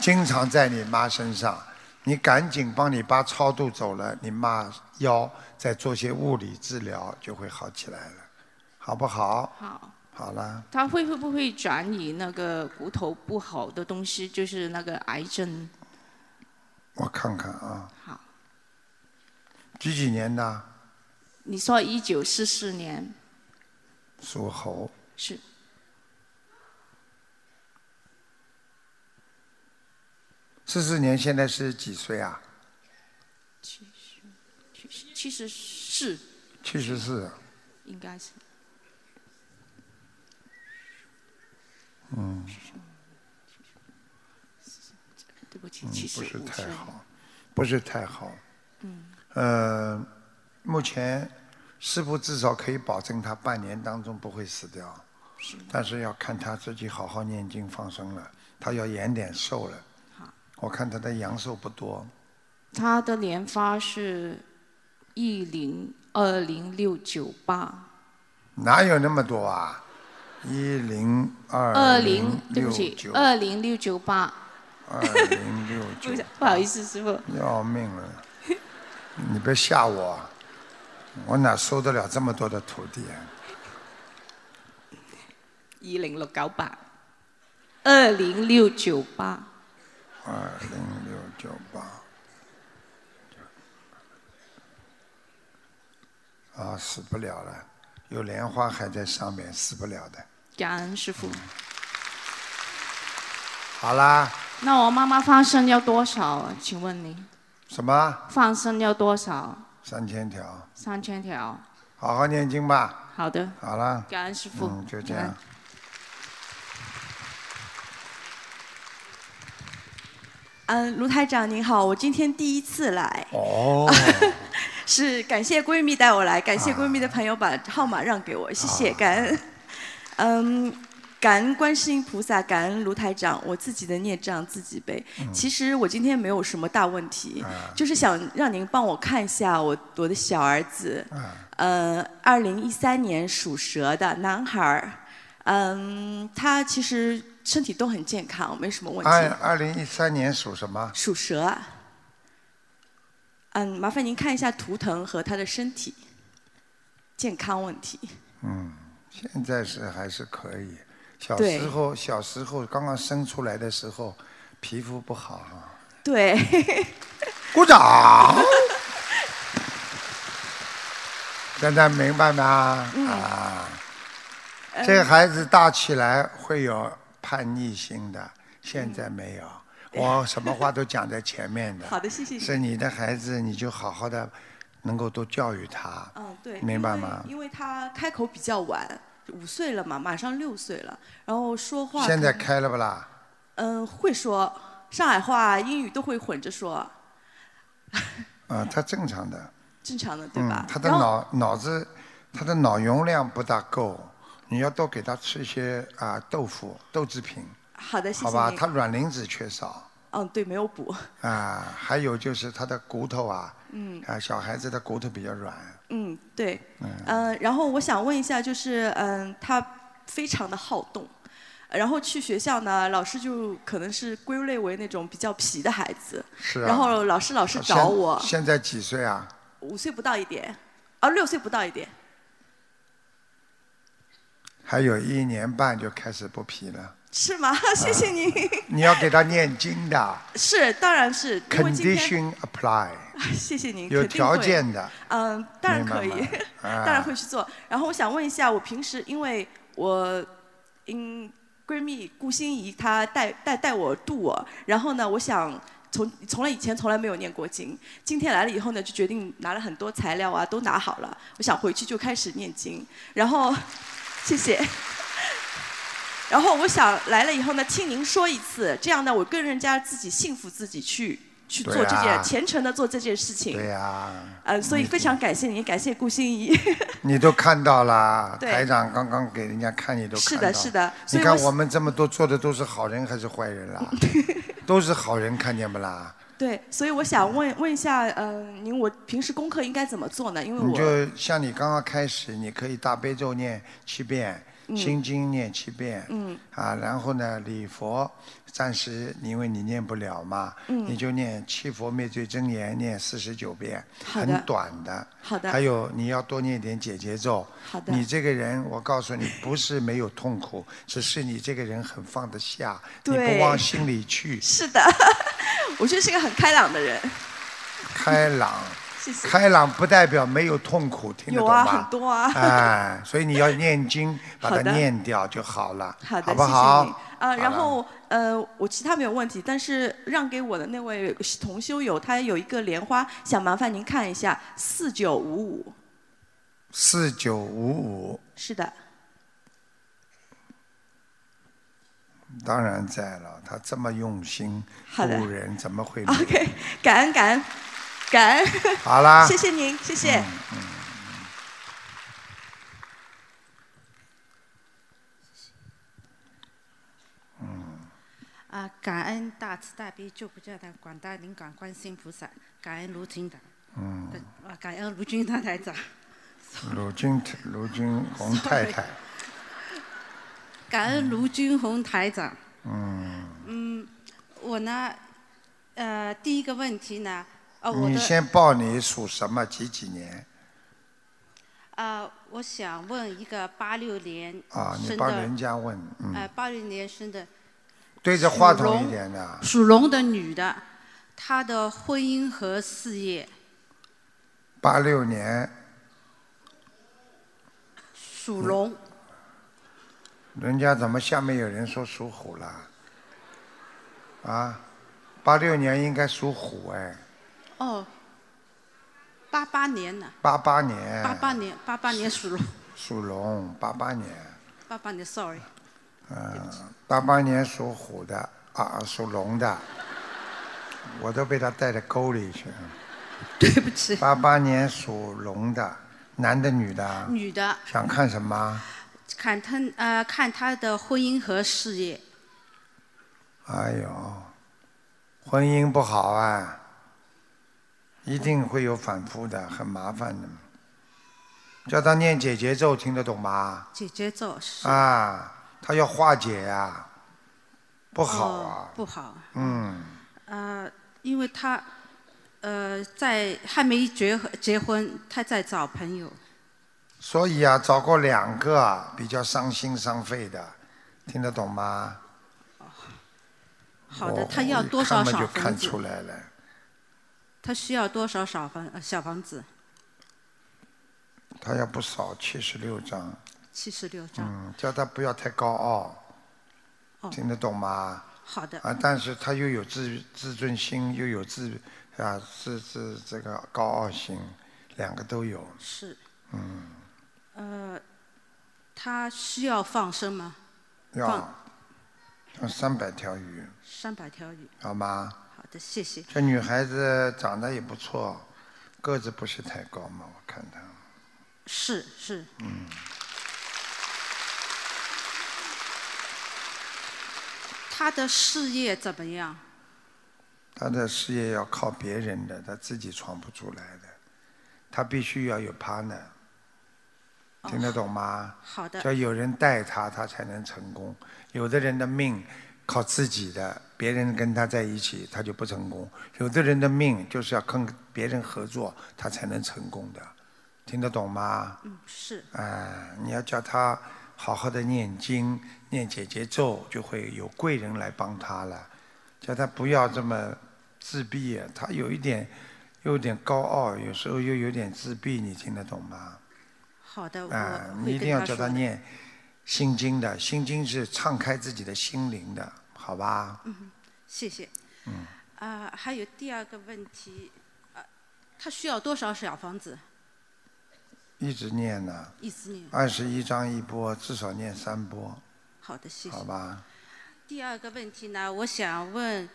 [SPEAKER 2] 经常在你妈身上。你赶紧帮你爸超度走了，你妈腰再做些物理治疗就会好起来了，好不好？
[SPEAKER 13] 好。
[SPEAKER 2] 好了，
[SPEAKER 13] 他会会不会转移那个骨头不好的东西，就是那个癌症？
[SPEAKER 2] 我看看啊。
[SPEAKER 13] 好。
[SPEAKER 2] 几几年的？
[SPEAKER 13] 你说一九四四年
[SPEAKER 2] 属猴。
[SPEAKER 13] 是
[SPEAKER 2] 四四年现在是几岁啊？
[SPEAKER 13] 七十，七十七十四
[SPEAKER 2] 七十四。
[SPEAKER 13] 应该是
[SPEAKER 2] 嗯，
[SPEAKER 13] 对不起，
[SPEAKER 2] 嗯
[SPEAKER 13] 七十
[SPEAKER 2] 不是
[SPEAKER 13] 五
[SPEAKER 2] 太
[SPEAKER 13] 岁。
[SPEAKER 2] 好，不是太好。
[SPEAKER 13] 嗯，
[SPEAKER 2] 呃，目前师傅至少可以保证他半年当中不会死掉，
[SPEAKER 13] 是
[SPEAKER 2] 但是要看他自己好好念经放生了，他要延点寿了。我看他的阳寿不多，
[SPEAKER 13] 他的年发是一零二零六九八
[SPEAKER 2] 哪有那么多啊？一零二
[SPEAKER 13] 二零，对
[SPEAKER 2] 六
[SPEAKER 13] 不起
[SPEAKER 2] 九，
[SPEAKER 13] 二零六九八，
[SPEAKER 2] 二零六九
[SPEAKER 13] 不，是不好意思，师傅。
[SPEAKER 2] 要命了！你别吓我啊，我哪收得了这么多的徒弟啊？
[SPEAKER 13] 二零六九八，二零六九八，
[SPEAKER 2] 二零六九八。啊，死不了了，有莲花还在上面，死不了的。
[SPEAKER 13] 感恩师
[SPEAKER 2] 嗯
[SPEAKER 13] 傅。
[SPEAKER 2] 好啦，
[SPEAKER 13] 那我妈妈放生要多少啊？请问你
[SPEAKER 2] 什么
[SPEAKER 13] 放生要多少？
[SPEAKER 2] 三千条，
[SPEAKER 13] 三千条。
[SPEAKER 2] 好好念经吧。
[SPEAKER 13] 好的，
[SPEAKER 2] 好了，
[SPEAKER 13] 感恩师父
[SPEAKER 2] 嗯，就这
[SPEAKER 13] 感
[SPEAKER 2] 样
[SPEAKER 13] 恩。
[SPEAKER 8] 嗯，卢台长您好，我今天第一次来，
[SPEAKER 2] 哦，
[SPEAKER 8] 是感谢闺蜜带我来，感
[SPEAKER 2] 啊
[SPEAKER 8] 谢闺蜜的朋友把号码让给我，谢谢，感恩。嗯，感恩观世音菩萨，感恩卢台长，我自己的孽障自己背。
[SPEAKER 2] 嗯
[SPEAKER 8] 其实我今天没有什么大问题，
[SPEAKER 2] 啊
[SPEAKER 8] 就是想让您帮我看一下我我的小儿子，
[SPEAKER 2] 嗯
[SPEAKER 8] 呃，二零一三年属蛇的男孩儿，嗯，他其实身体都很健康，没什么问题。
[SPEAKER 2] 二二零一三年属什么？
[SPEAKER 8] 属蛇啊。嗯，麻烦您看一下图腾和他的身体健康问题。
[SPEAKER 2] 嗯，现在是还是可以。小
[SPEAKER 8] 对
[SPEAKER 2] 时候，小时候刚刚生出来的时候，皮肤不好啊。
[SPEAKER 8] 对，
[SPEAKER 2] 鼓掌。现在明白吗？
[SPEAKER 8] 嗯
[SPEAKER 2] 啊，这个孩子大起来会有叛逆心的，现在没有。我什么话都讲在前面的。
[SPEAKER 8] 嗯 好的，谢谢你。
[SPEAKER 2] 是你的孩子，你就好好的，能够多教育他。
[SPEAKER 8] 嗯，对，
[SPEAKER 2] 明白
[SPEAKER 8] 因为
[SPEAKER 2] 吗
[SPEAKER 8] 因为他开口比较晚，五岁了嘛，马上六岁了，然后说话
[SPEAKER 2] 现在
[SPEAKER 8] 可能
[SPEAKER 2] 开了不啦？
[SPEAKER 8] 嗯会说上海话、英语都会混着说，
[SPEAKER 2] 啊，他正常的。
[SPEAKER 8] 正常的对
[SPEAKER 2] 嗯
[SPEAKER 8] 吧？，
[SPEAKER 2] 他的
[SPEAKER 8] 然后
[SPEAKER 2] 脑脑子，他的脑容量不大够，你要多给他吃一些啊豆腐、豆制品，
[SPEAKER 8] 好的，谢谢
[SPEAKER 2] 好吧？
[SPEAKER 8] 您
[SPEAKER 2] 他卵磷脂缺少
[SPEAKER 8] 嗯对没 有补，
[SPEAKER 2] 啊，还有就是他的骨头啊，
[SPEAKER 8] 嗯
[SPEAKER 2] 啊小孩子的骨头比较软，
[SPEAKER 8] 嗯对，
[SPEAKER 2] 嗯，
[SPEAKER 8] 嗯，然后我想问一下，就是嗯，他非常的好动，然后去学校呢，老师就可能是归类为那种比较皮的孩子。
[SPEAKER 2] 是啊
[SPEAKER 8] 然后老师老是找
[SPEAKER 2] 现
[SPEAKER 8] 嗯我，
[SPEAKER 2] 现在几岁啊？
[SPEAKER 8] 五岁不到一点，啊，六岁不到一点，
[SPEAKER 2] 还有一年半就开始不皮了，
[SPEAKER 8] 是吗？ 谢谢您。
[SPEAKER 2] 啊你要给他念经的
[SPEAKER 8] 是，当然是，因为今天，
[SPEAKER 2] ，condition apply，
[SPEAKER 8] 谢谢您，
[SPEAKER 2] 有
[SPEAKER 8] 肯定
[SPEAKER 2] 条
[SPEAKER 8] 会
[SPEAKER 2] 件的
[SPEAKER 8] 嗯，当然
[SPEAKER 2] 明白
[SPEAKER 8] 可以
[SPEAKER 2] 吗，啊
[SPEAKER 8] 当然会去做。然后我想问一下，我平时因为我，嗯，闺蜜顾心怡她带带带我度我，然后呢，我想从从来以前从来没有念过经，今天来了以后呢，就决定拿了很多材料啊，都拿好了，我想回去就开始念经，然后谢谢。 然后我想来了以后呢，听您说一次，这样呢，我更人家自己信服自己去去做
[SPEAKER 2] 对
[SPEAKER 8] 这件、
[SPEAKER 2] 啊
[SPEAKER 8] 虔诚的做这件事情。
[SPEAKER 2] 对啊呀、
[SPEAKER 8] 呃，所以非常感谢您，感谢顾心怡。
[SPEAKER 2] 你都看到了，
[SPEAKER 8] 对
[SPEAKER 2] 台长刚刚给人家看，你都看
[SPEAKER 8] 是
[SPEAKER 2] 到
[SPEAKER 8] 的是的所
[SPEAKER 2] 你
[SPEAKER 8] 以
[SPEAKER 2] 看
[SPEAKER 8] 我
[SPEAKER 2] 我们这么多做的都是好人还是坏人 啦？都是好人，看见不啦？
[SPEAKER 8] 对，所以我想问问一下，嗯、您我平时功课应该怎么做呢？因为
[SPEAKER 2] 你
[SPEAKER 8] 嗯我
[SPEAKER 2] 就像你刚刚开始，你可以大悲咒念七遍，
[SPEAKER 8] 嗯
[SPEAKER 2] 心经念七遍，
[SPEAKER 8] 嗯
[SPEAKER 2] 啊，然后呢，礼佛暂时因为你念不了嘛，
[SPEAKER 8] 嗯
[SPEAKER 2] 你就念七佛灭罪真言念四十九遍，
[SPEAKER 8] 好
[SPEAKER 2] 很
[SPEAKER 8] 的
[SPEAKER 2] 短的。
[SPEAKER 8] 好的
[SPEAKER 2] 还有你要多念一点解结咒。
[SPEAKER 8] 好的
[SPEAKER 2] 你这个人，我告诉你，不是没有痛苦，只是你这个人很放得下，你不
[SPEAKER 8] 对
[SPEAKER 2] 往心里去，
[SPEAKER 8] 是的， 我觉得是个很开朗的人。
[SPEAKER 2] 开朗。
[SPEAKER 8] 谢谢。
[SPEAKER 2] 开朗不代表没有痛苦，听得
[SPEAKER 8] 有
[SPEAKER 2] 懂吗？
[SPEAKER 8] 啊，很多啊。
[SPEAKER 2] 哎，所以你要念 经，把它
[SPEAKER 8] 好的
[SPEAKER 2] 念掉就好了，
[SPEAKER 8] 好的，
[SPEAKER 2] 不好
[SPEAKER 8] 谢谢你？。呃，
[SPEAKER 2] 好
[SPEAKER 8] 然
[SPEAKER 2] 了
[SPEAKER 8] 后呃，我其他没有问题，但是让给我的那位同修友，他有一个莲花，想麻烦您看一下，四九五五，
[SPEAKER 2] 四九五五
[SPEAKER 8] 是的，
[SPEAKER 2] 当然在了，他这么用心
[SPEAKER 8] 好的
[SPEAKER 2] 度人，怎么会没有
[SPEAKER 8] OK，感恩感恩感恩。
[SPEAKER 2] 好啦嗯
[SPEAKER 8] 谢谢您，谢谢。
[SPEAKER 12] 啊，感恩大慈大悲救苦救难广大灵感观世音菩萨，感恩卢厅长，
[SPEAKER 2] 嗯，
[SPEAKER 12] 啊，感恩卢军大台长，
[SPEAKER 2] 鲁军鲁军红太太，
[SPEAKER 12] 感恩卢军红台长。
[SPEAKER 2] 嗯，
[SPEAKER 12] 嗯，我呢，呃，第一个问题呢，呃，我
[SPEAKER 2] 你
[SPEAKER 12] 的
[SPEAKER 2] 先报你属什么几几年
[SPEAKER 12] 呃，我想问一个八六年
[SPEAKER 2] 啊？你
[SPEAKER 12] 生
[SPEAKER 2] 帮
[SPEAKER 12] 的
[SPEAKER 2] 人家问，
[SPEAKER 12] 呃
[SPEAKER 2] 嗯，，
[SPEAKER 12] 八零年生的，
[SPEAKER 2] 对着话筒一点的，
[SPEAKER 12] 属龙的女的，她的婚姻和事业，
[SPEAKER 2] 八六年，
[SPEAKER 12] 属
[SPEAKER 2] 嗯
[SPEAKER 12] 龙，
[SPEAKER 2] 人家怎么下面有人说属虎了？啊，八六年应该属虎哎，
[SPEAKER 12] 哦，八八年呢，
[SPEAKER 2] 八八年，
[SPEAKER 12] 八八年，八八年属龙，
[SPEAKER 2] 属龙，八八年，
[SPEAKER 12] 爸爸，你 sorry，
[SPEAKER 2] 嗯，八八年属虎的啊，属龙的，我都被他带到沟里去了。对不起。八八年属龙的，男的女的？
[SPEAKER 12] 女的，
[SPEAKER 2] 想看什么？
[SPEAKER 12] 看他呃，看他的婚姻和事业，
[SPEAKER 2] 哎呦，婚姻不好啊，一定会有反复的，很麻烦的。叫他念解结咒，听得懂吗？
[SPEAKER 12] 姐姐做事
[SPEAKER 2] 啊，他要化解呀、不好啊。
[SPEAKER 12] 哦不好，
[SPEAKER 2] 嗯，
[SPEAKER 12] 呃，因为他呃在还没结结婚，他在找朋友，
[SPEAKER 2] 所以啊，找过两个啊比较伤心伤肺的，听得懂吗？
[SPEAKER 12] 好的
[SPEAKER 2] 我
[SPEAKER 12] 他要
[SPEAKER 2] 我一
[SPEAKER 12] 多少
[SPEAKER 2] 看嘛
[SPEAKER 12] 小
[SPEAKER 2] 就看
[SPEAKER 12] 房子
[SPEAKER 2] 出来了，
[SPEAKER 12] 他需要多少小房呃小房子？
[SPEAKER 2] 他要不少七十六张。
[SPEAKER 12] 七十六张。
[SPEAKER 2] 嗯，叫他不要太高傲，
[SPEAKER 12] 哦，
[SPEAKER 2] 听得懂吗？
[SPEAKER 12] 好的。
[SPEAKER 2] 啊，但是他又有自自尊心，又有自啊自自这个高傲心，两个都有。
[SPEAKER 12] 是
[SPEAKER 2] 嗯，
[SPEAKER 12] 呃，他需要放生吗？
[SPEAKER 2] 要
[SPEAKER 12] 放
[SPEAKER 2] 要三百条鱼，
[SPEAKER 12] 三百条鱼。
[SPEAKER 2] 好吗？
[SPEAKER 12] 好的，谢谢。
[SPEAKER 2] 这女孩子长得也不错，个子不是太高嘛，我看她。
[SPEAKER 12] 是是，
[SPEAKER 2] 嗯，
[SPEAKER 12] 他的事业怎么样？
[SPEAKER 2] 她的事业要靠别人的，她自己闯不出来的，她必须要有 partner，听
[SPEAKER 12] 哦
[SPEAKER 2] 得懂吗？
[SPEAKER 12] 好的
[SPEAKER 2] 要有人带他，他才能成功。有的人的命靠自己的，别人跟他在一起，他就不成功；有的人的命就是要跟别人合作，他才能成功的。听得懂吗？
[SPEAKER 12] 嗯，是
[SPEAKER 2] 啊，你要叫他好好的念经，念姐姐咒，就会有贵人来帮他了。叫他不要这么自闭啊，他有一点，又有点高傲，有时候又有点自闭，你听得懂吗？
[SPEAKER 12] 好的，
[SPEAKER 2] 啊
[SPEAKER 12] 我，
[SPEAKER 2] 你
[SPEAKER 12] 会
[SPEAKER 2] 一定
[SPEAKER 12] 跟
[SPEAKER 2] 要
[SPEAKER 12] 他
[SPEAKER 2] 叫
[SPEAKER 12] 说
[SPEAKER 2] 他
[SPEAKER 12] 的。
[SPEAKER 2] 念心经的，心经是敞开自己的心灵的，好吧？
[SPEAKER 12] 嗯，谢谢。
[SPEAKER 2] 嗯，
[SPEAKER 12] 啊，还有第二个问题，啊，他需要多少小房子？
[SPEAKER 2] 一直念呢，
[SPEAKER 12] 一直念。
[SPEAKER 2] 二十一章一波，至少念三波，
[SPEAKER 12] 好的，谢谢。
[SPEAKER 2] 好吧？
[SPEAKER 12] 第二个问题呢，我想问，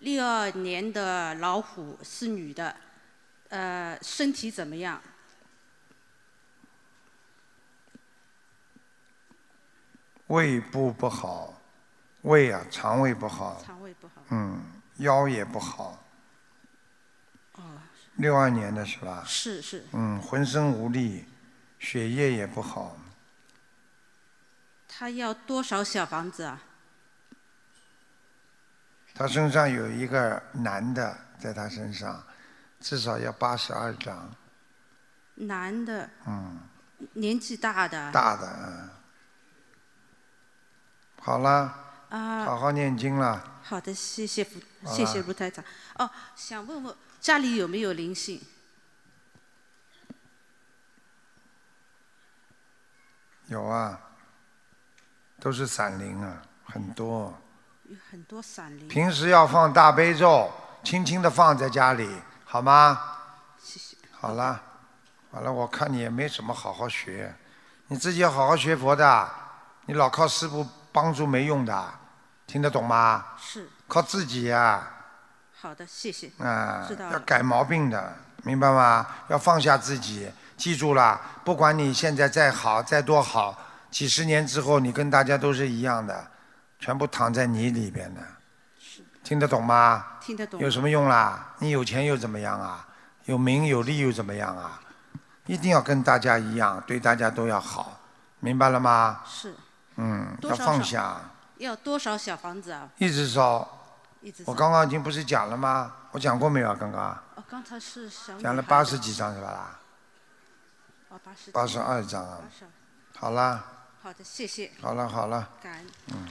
[SPEAKER 12] 六二年的老虎是女的，呃，身体怎么样？
[SPEAKER 2] 胃部不好，胃啊，肠胃不好，
[SPEAKER 12] 肠胃不好。
[SPEAKER 2] 嗯，腰也不好。六二年的是吧？
[SPEAKER 12] 哦是是。
[SPEAKER 2] 嗯，浑身无力，血液也不好，
[SPEAKER 12] 他要多少小房子啊？
[SPEAKER 2] 他身上有一个男的在他身上，至少要八十二章，
[SPEAKER 12] 男的，
[SPEAKER 2] 嗯。
[SPEAKER 12] 年纪大的。
[SPEAKER 2] 大的，嗯。好啦，
[SPEAKER 12] 啊。
[SPEAKER 2] 好好念经啦。
[SPEAKER 12] 好的，谢谢福，
[SPEAKER 2] 好
[SPEAKER 12] 谢
[SPEAKER 2] 吧
[SPEAKER 12] 谢卢台长。哦，想问问家里有没有灵性？
[SPEAKER 2] 有啊，都是散灵啊，很多。
[SPEAKER 12] 有很多闪灵。
[SPEAKER 2] 平时要放大悲咒，轻轻的放在家里，好吗？
[SPEAKER 12] 谢谢。
[SPEAKER 2] 好啦，好了，我看你也没什么好好学，你自己要好好学佛的，你老靠师傅帮助没用的，听得懂吗？
[SPEAKER 12] 是，
[SPEAKER 2] 靠自己啊呀、
[SPEAKER 12] 好的，谢谢。
[SPEAKER 2] 啊
[SPEAKER 12] 知道，
[SPEAKER 2] 要
[SPEAKER 12] 了。
[SPEAKER 2] 改毛病的，明白吗？要放下自己，记住了，不管你现在再好再多好，几十年之后你跟大家都是一样的，全部躺在泥里边的，听得懂吗？
[SPEAKER 12] 听得懂。
[SPEAKER 2] 有什么？用啦？你有钱又怎么样啊？有名有利又怎么样啊？一定要跟大家一样，对大家都要好，明白了吗？
[SPEAKER 12] 是，
[SPEAKER 2] 嗯，
[SPEAKER 12] 多
[SPEAKER 2] 要
[SPEAKER 12] 少
[SPEAKER 2] 放
[SPEAKER 12] 少
[SPEAKER 2] 下，
[SPEAKER 12] 要多少小房子啊？
[SPEAKER 2] 一直烧。
[SPEAKER 12] 一直
[SPEAKER 2] 我
[SPEAKER 12] 烧
[SPEAKER 2] 刚刚已经不是讲了吗？我讲过没有啊？刚刚
[SPEAKER 12] 哦，刚才是想
[SPEAKER 2] 讲了八十几张是吧啦？
[SPEAKER 12] 哦，八十
[SPEAKER 2] 八十二张啊
[SPEAKER 12] 八。十二。
[SPEAKER 2] 好啦，
[SPEAKER 12] 好的，谢谢。
[SPEAKER 2] 好了好了，
[SPEAKER 12] 感恩。
[SPEAKER 2] 嗯。